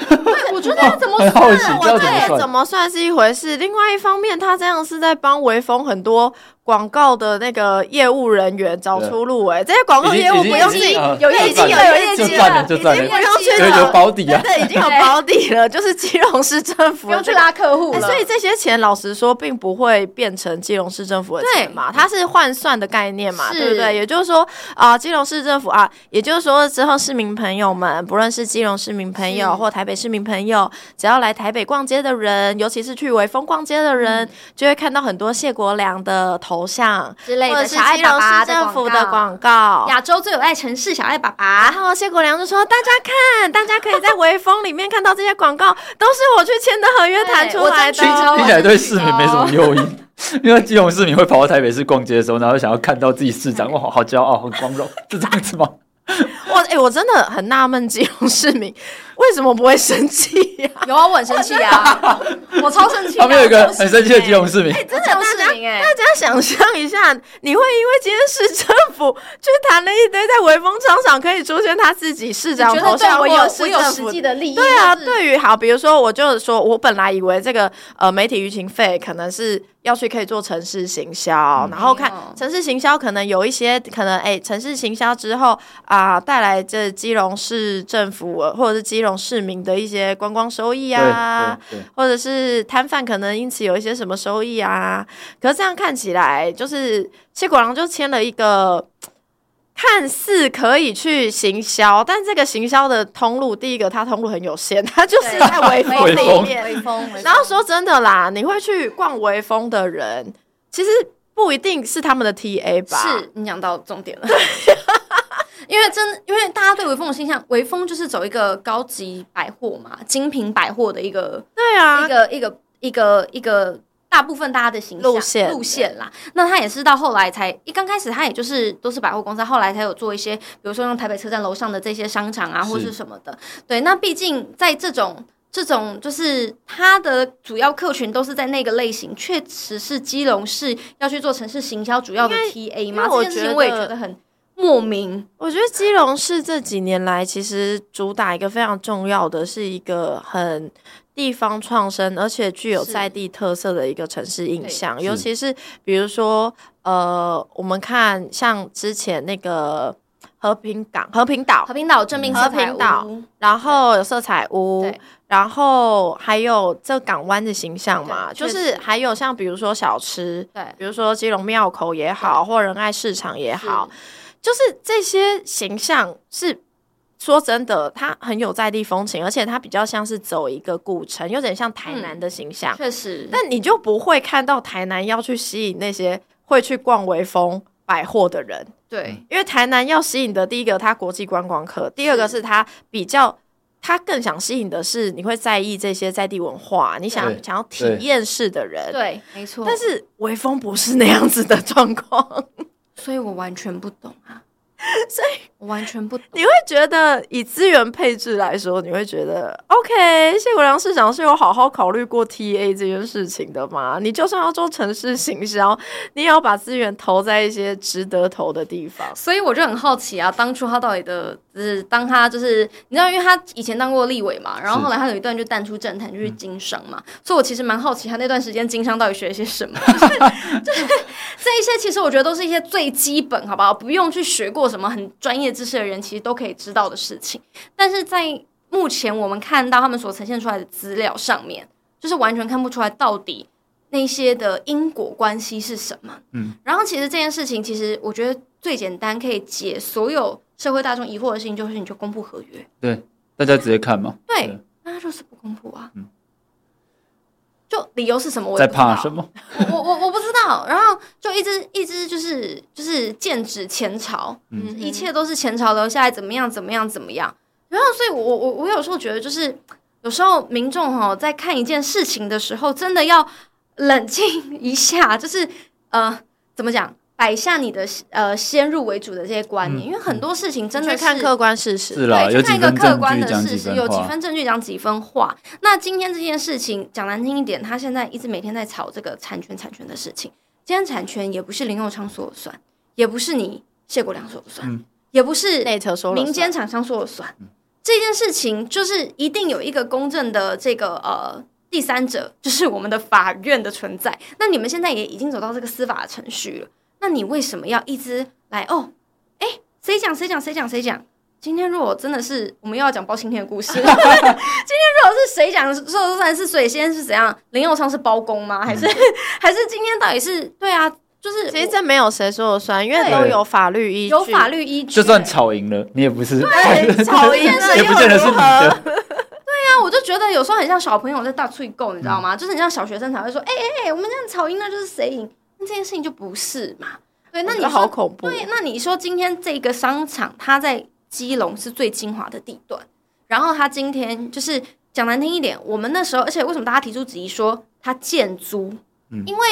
[SPEAKER 3] 我觉得要怎么
[SPEAKER 2] 很好奇，
[SPEAKER 3] 算？
[SPEAKER 2] 这
[SPEAKER 1] 我
[SPEAKER 2] 要
[SPEAKER 1] 觉
[SPEAKER 2] 怎么
[SPEAKER 1] 得怎
[SPEAKER 2] 算？
[SPEAKER 1] 么算是一回事。另外一方面，他这样是在帮微风很多广告的那个业务人员找出路、哎，这些广告
[SPEAKER 2] 已
[SPEAKER 1] 业
[SPEAKER 2] 经
[SPEAKER 1] 务
[SPEAKER 2] 已
[SPEAKER 1] 不
[SPEAKER 2] 经
[SPEAKER 1] 用自己，
[SPEAKER 2] 嗯
[SPEAKER 1] 有业绩
[SPEAKER 2] 就
[SPEAKER 1] 了，
[SPEAKER 2] 赚
[SPEAKER 1] 有
[SPEAKER 2] 了
[SPEAKER 1] 业绩
[SPEAKER 2] 就赚了就赚
[SPEAKER 1] 已
[SPEAKER 2] 了
[SPEAKER 1] 经不用去
[SPEAKER 2] 有有
[SPEAKER 1] 了，
[SPEAKER 2] 保底啊
[SPEAKER 1] 真！的已经有保底了，就是基隆市政府
[SPEAKER 3] 不用
[SPEAKER 1] 的
[SPEAKER 3] 去
[SPEAKER 1] 这个
[SPEAKER 3] 拉客户
[SPEAKER 1] 哎
[SPEAKER 3] 了。
[SPEAKER 1] 所以这些钱，老实说，并不会变成基隆市政府的钱嘛，它是换算的概念嘛，
[SPEAKER 3] 是
[SPEAKER 1] 对不对？也就是说，啊、基隆市政府啊，也就是说，之后市民朋友们，不论是基隆市民朋友
[SPEAKER 3] 是
[SPEAKER 1] 或台北市民朋友，只要来台北逛街的人，尤其是去微风逛街的人，
[SPEAKER 3] 嗯
[SPEAKER 1] 就会看到很多谢国良的头像，
[SPEAKER 3] 之类
[SPEAKER 1] 或者
[SPEAKER 3] 的
[SPEAKER 1] 是
[SPEAKER 3] 小爱
[SPEAKER 1] 基
[SPEAKER 3] 爸
[SPEAKER 1] 隆
[SPEAKER 3] 爸
[SPEAKER 1] 市
[SPEAKER 3] 的
[SPEAKER 1] 政府
[SPEAKER 3] 告
[SPEAKER 1] 的广告。
[SPEAKER 3] 亚洲最有爱城市小爱爸
[SPEAKER 1] 然
[SPEAKER 3] 爸，
[SPEAKER 1] 后谢国良就说：“大家看，大家可以在微风里面看到这些广告，都是我去签的合约谈
[SPEAKER 3] 对
[SPEAKER 1] 出
[SPEAKER 3] 我
[SPEAKER 1] 来的
[SPEAKER 3] 争
[SPEAKER 2] 听
[SPEAKER 3] 取
[SPEAKER 1] 哦。
[SPEAKER 3] 到
[SPEAKER 2] 听起来对市民没什
[SPEAKER 3] 啊
[SPEAKER 2] 么诱因，因为基隆市民会跑到台北市逛街的时候，然后想要看到自己市长，哇，好好骄傲，很光荣，是这样子吗？
[SPEAKER 1] 我哎、我真的很纳闷，基隆市民为什么不会生气呀、
[SPEAKER 3] 有啊，我很生气 啊，我超生气的。
[SPEAKER 2] 他们有一个
[SPEAKER 3] 我
[SPEAKER 2] 很生气的基隆市民，
[SPEAKER 3] 真的有市民哎，
[SPEAKER 1] 大家想象一下，你会因为今天市政府去谈了一堆在微风商场可以出现他自己市长
[SPEAKER 3] 觉
[SPEAKER 1] 头
[SPEAKER 3] 得对
[SPEAKER 1] 像
[SPEAKER 3] 我
[SPEAKER 1] 或
[SPEAKER 3] 有
[SPEAKER 1] 者
[SPEAKER 3] 我
[SPEAKER 1] 市
[SPEAKER 3] 有
[SPEAKER 1] 政
[SPEAKER 3] 实
[SPEAKER 1] 府
[SPEAKER 3] 际的利益？
[SPEAKER 1] 对啊，
[SPEAKER 3] 就是，
[SPEAKER 1] 对于好，比如说，我就说我本来以为这个呃媒体舆情费可能是要去可以做城市行
[SPEAKER 2] 嗯
[SPEAKER 1] 销，然后看
[SPEAKER 3] 哎呦
[SPEAKER 1] 城市行销可能有一些可能，哎、城市行销之后啊、带来这基隆市政府呃或者是基隆市民的一些观光收益啊，
[SPEAKER 2] 对对对，
[SPEAKER 1] 或者是摊贩可能因此有一些什么收益啊。可是这样看起来，就是谢果郎就签了一个看似可以去行销，但这个行销的通路，第一个它通路很有限， 它就是
[SPEAKER 3] 对
[SPEAKER 1] 在微风
[SPEAKER 2] 微
[SPEAKER 1] 里
[SPEAKER 2] 风
[SPEAKER 1] 面。
[SPEAKER 3] 微风，微风
[SPEAKER 1] 然后说真的啦，你会去逛微风的人，其实不一定是他们的 TA 吧？
[SPEAKER 3] 是你讲到重点了。 因为真的，因为大家对微风的印象，微风就是走一个高级百货嘛，精品百货的一个
[SPEAKER 1] 对啊
[SPEAKER 3] 一，个一个一个一个大部分大家的形象
[SPEAKER 1] 路线
[SPEAKER 3] 路线啦。那他也是到后来才一刚开始，他也就是都是百货公司，后来才有做一些，比如说用台北车站楼上的这些商场啊，
[SPEAKER 2] 是
[SPEAKER 3] 或是什么的。对，那毕竟在这种。这种就是他的主要客群都是在那个类型，确实是基隆市要去做城市行销主要的 TA
[SPEAKER 1] 因
[SPEAKER 3] 吗？
[SPEAKER 1] 为我
[SPEAKER 3] 这件事
[SPEAKER 1] 觉
[SPEAKER 3] 情我也
[SPEAKER 1] 得
[SPEAKER 3] 觉得很莫名。
[SPEAKER 1] 我觉得基隆市这几年来，其实主打一个非常重要的是一个很地方创生，而且具有
[SPEAKER 3] 是
[SPEAKER 1] 在地特色的一个城市印象。
[SPEAKER 2] 对
[SPEAKER 1] 尤
[SPEAKER 2] 是
[SPEAKER 1] 其是比如说，呃，我们看像之前那个和平港、和平岛
[SPEAKER 3] 和，平岛正面
[SPEAKER 1] 和平岛然后有色彩屋
[SPEAKER 3] 对，
[SPEAKER 1] 然后还有这港湾的形象嘛，
[SPEAKER 3] 对
[SPEAKER 1] 就
[SPEAKER 3] 确
[SPEAKER 1] 是
[SPEAKER 3] 实
[SPEAKER 1] 还有像比如说小吃，
[SPEAKER 3] 对
[SPEAKER 1] 比如说基隆庙口也好，或仁爱市场也好，就是这些形象是。说真的，它很有在地风情，而且它比较像是走一个古城，有点像台南的形象。
[SPEAKER 3] 确实，
[SPEAKER 1] 但你就不会看到台南要去吸引那些会去逛微风百货的人，
[SPEAKER 3] 对
[SPEAKER 1] 因为台南要吸引的，第一个它国际观光客，第二个是它比较，它更想吸引的是你会在意这些在地文化，你想
[SPEAKER 2] 对
[SPEAKER 1] 想要体验式的人。
[SPEAKER 3] 对，没错。
[SPEAKER 1] 但是微风不是那样子的状况，
[SPEAKER 3] 所以我完全不懂啊， 所以我完全不懂。
[SPEAKER 1] 你会觉得以资源配置来说，你会觉得 OK，谢国良市长是有好好考虑过 TA 这件事情的吗？你就算要做城市行销，你也要把资源投在一些值得投的地方。
[SPEAKER 3] 所以我就很好奇啊，当初他到底的，就是当他就是你知道，因为他以前当过立委嘛，然后
[SPEAKER 2] 是
[SPEAKER 3] 后来他有一段就淡出政坛，就去经商嘛，所以我其实蛮好奇他那段时间经商到底学了些什么， 就是就是这一些，其实我觉得都是一些最基本，好不好？不用去学过什么很专业知识的人，其实都可以知道的事情。但是在目前我们看到他们所呈现出来的资料上面，就是完全看不出来到底那些的因果关系是什么。
[SPEAKER 2] 嗯，
[SPEAKER 3] 然后其实这件事情，其实我觉得最简单可以解所有社会大众疑惑的事情，就是你就公布合约。
[SPEAKER 2] 大家直接看嘛，
[SPEAKER 3] 对
[SPEAKER 2] 对，
[SPEAKER 3] 那他就是不公布啊。
[SPEAKER 2] 嗯
[SPEAKER 3] 就理由是什么我
[SPEAKER 2] 在
[SPEAKER 3] 也不知道
[SPEAKER 2] 怕什么？
[SPEAKER 3] 我我我不知道，然后就一直一直就是就是剑指前朝，
[SPEAKER 1] 嗯
[SPEAKER 3] 一切都是前朝留下来，怎么样怎么样怎么样。然后，所以我我我我有时候觉得，就是有时候民众哈、在看一件事情的时候，真的要冷静一下，就是呃，怎么讲，摆下你的呃先入为主的这些观
[SPEAKER 1] 嗯
[SPEAKER 3] 念，因为很多事情真
[SPEAKER 1] 真
[SPEAKER 3] 的
[SPEAKER 1] 的
[SPEAKER 3] 是
[SPEAKER 1] 看客观事实，
[SPEAKER 2] 是啦，
[SPEAKER 3] 对，
[SPEAKER 2] 有
[SPEAKER 3] 去看
[SPEAKER 2] 几
[SPEAKER 3] 一个
[SPEAKER 2] 分
[SPEAKER 3] 客
[SPEAKER 2] 证
[SPEAKER 3] 观
[SPEAKER 2] 据
[SPEAKER 3] 的
[SPEAKER 2] 讲
[SPEAKER 3] 事
[SPEAKER 2] 几
[SPEAKER 3] 实，有
[SPEAKER 2] 分
[SPEAKER 3] 几
[SPEAKER 2] 话，
[SPEAKER 3] 分证据讲几分话。那今天这件事情讲难听一点，他现在一直每天在吵这个产权产权的事情。今天产权也不是林永昌说了算，也不是你谢国良说了算，
[SPEAKER 2] 嗯
[SPEAKER 3] 也不是
[SPEAKER 1] 内测说了
[SPEAKER 3] 民
[SPEAKER 2] 啊
[SPEAKER 3] 间
[SPEAKER 1] 算
[SPEAKER 3] 厂商说了算。这件事情就是一定有一个公正的这个呃第三者，就是我们的法院的存在。那你们现在也已经走到这个司法程序了，那你为什么要一直来哦？哎，谁讲谁讲谁讲谁讲？今天如果真的是我们又要讲包青天 的故事，今天如果是谁讲说说算是水仙是怎样？林佑昌是包公吗？还是
[SPEAKER 2] 嗯
[SPEAKER 3] 还是今天到底是对啊？就是
[SPEAKER 1] 其实这没有谁说了算，因为
[SPEAKER 3] 对
[SPEAKER 1] 都有法律依据，
[SPEAKER 3] 有法律依据，啊
[SPEAKER 2] 就算吵赢了，你也不是，
[SPEAKER 1] 对吵赢了
[SPEAKER 2] 也不见得是
[SPEAKER 1] 又如
[SPEAKER 2] 你
[SPEAKER 1] 何
[SPEAKER 2] 的。
[SPEAKER 3] 那我就觉得有时候很像小朋友在大吹够，你知
[SPEAKER 1] 嗯
[SPEAKER 3] 道吗？就是很像小学生才会说，哎哎哎，我们这样吵赢了就是谁赢？那这件事情就不是嘛？对，那
[SPEAKER 1] 我
[SPEAKER 3] 你
[SPEAKER 1] 觉得
[SPEAKER 3] 说
[SPEAKER 1] 好恐怖。哦
[SPEAKER 3] 对，啊那你说今天这个商场它在基隆是最精华的地段，然后它今天就是讲难听一点，我们那时候，而且为什么大家提出质疑说它贱租？
[SPEAKER 2] 嗯
[SPEAKER 3] 因为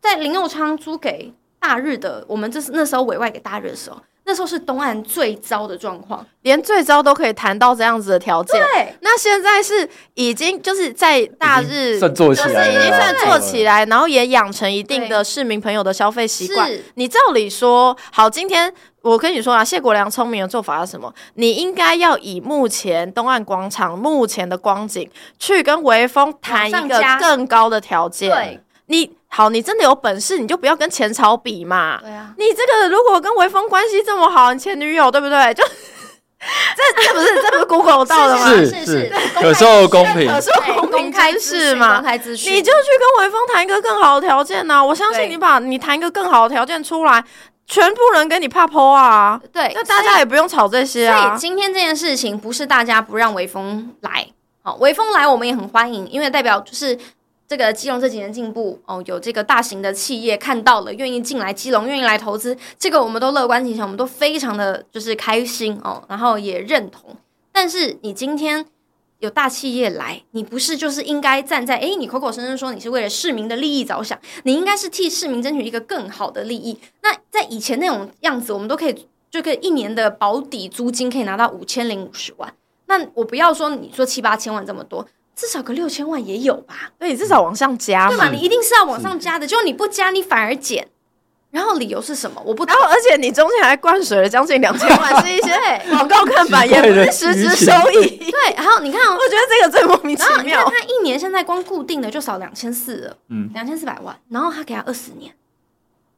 [SPEAKER 3] 在林佑昌租给大日的，我们这是那时候委外给大日的时候，那时候是东岸最糟的状况。
[SPEAKER 1] 连最糟都可以谈到这样子的条件。
[SPEAKER 3] 对，啊
[SPEAKER 1] 那现在是已经就是在大日，
[SPEAKER 2] 算做起
[SPEAKER 1] 就是
[SPEAKER 2] 来了啊
[SPEAKER 1] 已
[SPEAKER 2] 啦，
[SPEAKER 1] 经算做起
[SPEAKER 2] 来。
[SPEAKER 1] 来，然后也养成一定的市民朋友的消费习惯。
[SPEAKER 3] 是
[SPEAKER 1] 你照理说，好，今天我跟你说啊，谢国良聪明的做法是什么？你应该要以目前东岸广场目前的光景，去跟微风谈一
[SPEAKER 3] 往
[SPEAKER 1] 个
[SPEAKER 3] 上加
[SPEAKER 1] 更高的条件。
[SPEAKER 3] 对，
[SPEAKER 1] 你好，你真的有本事，你就不要跟前朝比嘛。
[SPEAKER 3] 对啊，
[SPEAKER 1] 你这个如果跟微风关系这么好，你前女友对不对？就 这这不是这不是 Google 到的吗？
[SPEAKER 2] 是
[SPEAKER 3] 是
[SPEAKER 2] 是
[SPEAKER 3] 是，
[SPEAKER 2] 有时候公平
[SPEAKER 1] 有时
[SPEAKER 3] 对
[SPEAKER 1] 候
[SPEAKER 3] 哎公
[SPEAKER 1] 开
[SPEAKER 3] 开
[SPEAKER 1] 是
[SPEAKER 3] 资
[SPEAKER 1] 嘛
[SPEAKER 3] 公，开资讯，
[SPEAKER 1] 你就去跟微风谈一个更好的条件呐、我相信
[SPEAKER 3] 对
[SPEAKER 1] 你把你谈一个更好的条件出来，全部人给你怕剖啊。
[SPEAKER 3] 对，
[SPEAKER 1] 那大家也不用吵这些
[SPEAKER 3] 所
[SPEAKER 1] 啊
[SPEAKER 3] 以。今天这件事情不是大家不让微风来，好、微风来我们也很欢迎，因为代表就是这个基隆这几年进步哦，有这个大型的企业看到了，愿意进来基隆，愿意来投资，这个我们都乐观其成，我们都非常的就是开心哦，然后也认同。但是你今天有大企业来，你不是就是应该站在诶，你口口声声说你是为了市民的利益着想，你应该是替市民争取一个更好的利益。那在以前那种样子，我们都可以就可以一年的保底租金可以拿到五千零五十万。那我不要说你说七八千万这么多，至少个六千万也有吧？
[SPEAKER 1] 对你至少往上加
[SPEAKER 3] 对嘛？
[SPEAKER 1] 嘛。
[SPEAKER 3] 你一定是要往上加的，就你不加，你反而减。然后理由是什么？我不懂
[SPEAKER 1] 然。后，而且你中间还灌水了将近两千万，是一些
[SPEAKER 3] 对
[SPEAKER 1] 广告看板，
[SPEAKER 2] 奇怪
[SPEAKER 1] 也不
[SPEAKER 2] 的
[SPEAKER 1] 是实质
[SPEAKER 2] 事情
[SPEAKER 1] 收益。
[SPEAKER 3] 对，然后你看哦
[SPEAKER 1] 我，觉得这个最莫名其
[SPEAKER 3] 然后你看
[SPEAKER 1] 妙。
[SPEAKER 3] 他一年现在光固定的就少两千四了，
[SPEAKER 2] 嗯
[SPEAKER 3] 两千四百万，然后他给他二十年，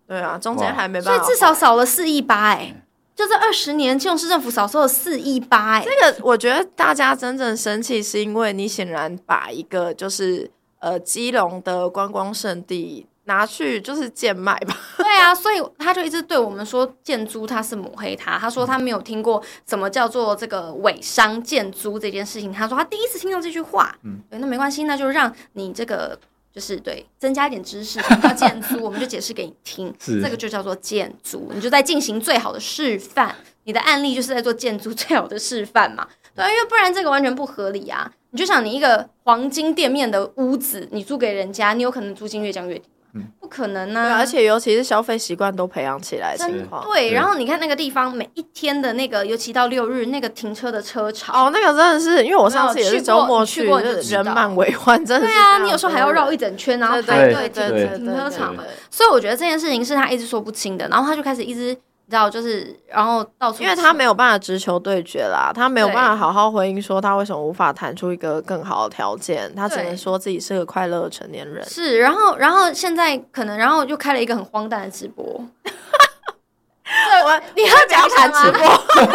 [SPEAKER 1] 对啊，中间
[SPEAKER 2] 哇
[SPEAKER 1] 还没
[SPEAKER 3] 所
[SPEAKER 1] 办
[SPEAKER 3] 以
[SPEAKER 1] 法。
[SPEAKER 3] 至少少了四亿八哎，就这二十年，基隆市政府少收了四亿八哎，
[SPEAKER 1] 这个我觉得大家真正生气，是因为你显然把一个就是呃基隆的观光胜地拿去就是贱卖吧。
[SPEAKER 3] 对啊，所以他就一直对我们说建租他是抹黑他，他说他没有听过什么叫做这个伪商建租这件事情，他说他第一次听到这句话。
[SPEAKER 2] 嗯
[SPEAKER 3] 嗯，对，那没关系，那就让你这个就是对增加一点知识，什么叫建租，我们就解释给你听。
[SPEAKER 2] 是
[SPEAKER 3] 这个就叫做建租，你就在进行最好的示范，你的案例就是在做建租最好的示范嘛。对啊，因为不然这个完全不合理啊！你就想你一个黄金店面的屋子，你租给人家，你有可能租金越降越低吗？
[SPEAKER 2] 嗯
[SPEAKER 3] 不可能
[SPEAKER 1] 对
[SPEAKER 3] 啊！
[SPEAKER 1] 啊而且尤其是消费习惯都培养起来的
[SPEAKER 3] 真
[SPEAKER 1] 情况。
[SPEAKER 3] 对，
[SPEAKER 2] 对
[SPEAKER 3] 然后你看那个地方每一天的那个，尤其到六日那个停车的车潮，
[SPEAKER 1] 哦，那个真的是，因为我上次也是周末
[SPEAKER 3] 没有去过你去过你就知道
[SPEAKER 1] 人满为患，真的
[SPEAKER 3] 对
[SPEAKER 1] 是。
[SPEAKER 3] 啊，你有时候还要绕一整圈，然后
[SPEAKER 1] 对
[SPEAKER 3] 排
[SPEAKER 1] 对对
[SPEAKER 3] 队停
[SPEAKER 1] 对对，
[SPEAKER 2] 对
[SPEAKER 3] 停车场嘛
[SPEAKER 1] 对。对对
[SPEAKER 3] 所以我觉得这件事情是他一直说不清的，然后他就开始一直，你知道，就是然后到处扯，
[SPEAKER 1] 因为他没有办法直球对决啦，他没有
[SPEAKER 3] 对
[SPEAKER 1] 办法好好回应说他为什么无法谈出一个更好的条件，他只
[SPEAKER 3] 对
[SPEAKER 1] 能说自己是个快乐的成年人。
[SPEAKER 3] 是，然后然后现在可能，然后又开了一个很荒诞的直播。
[SPEAKER 1] 我你要讲谈直播。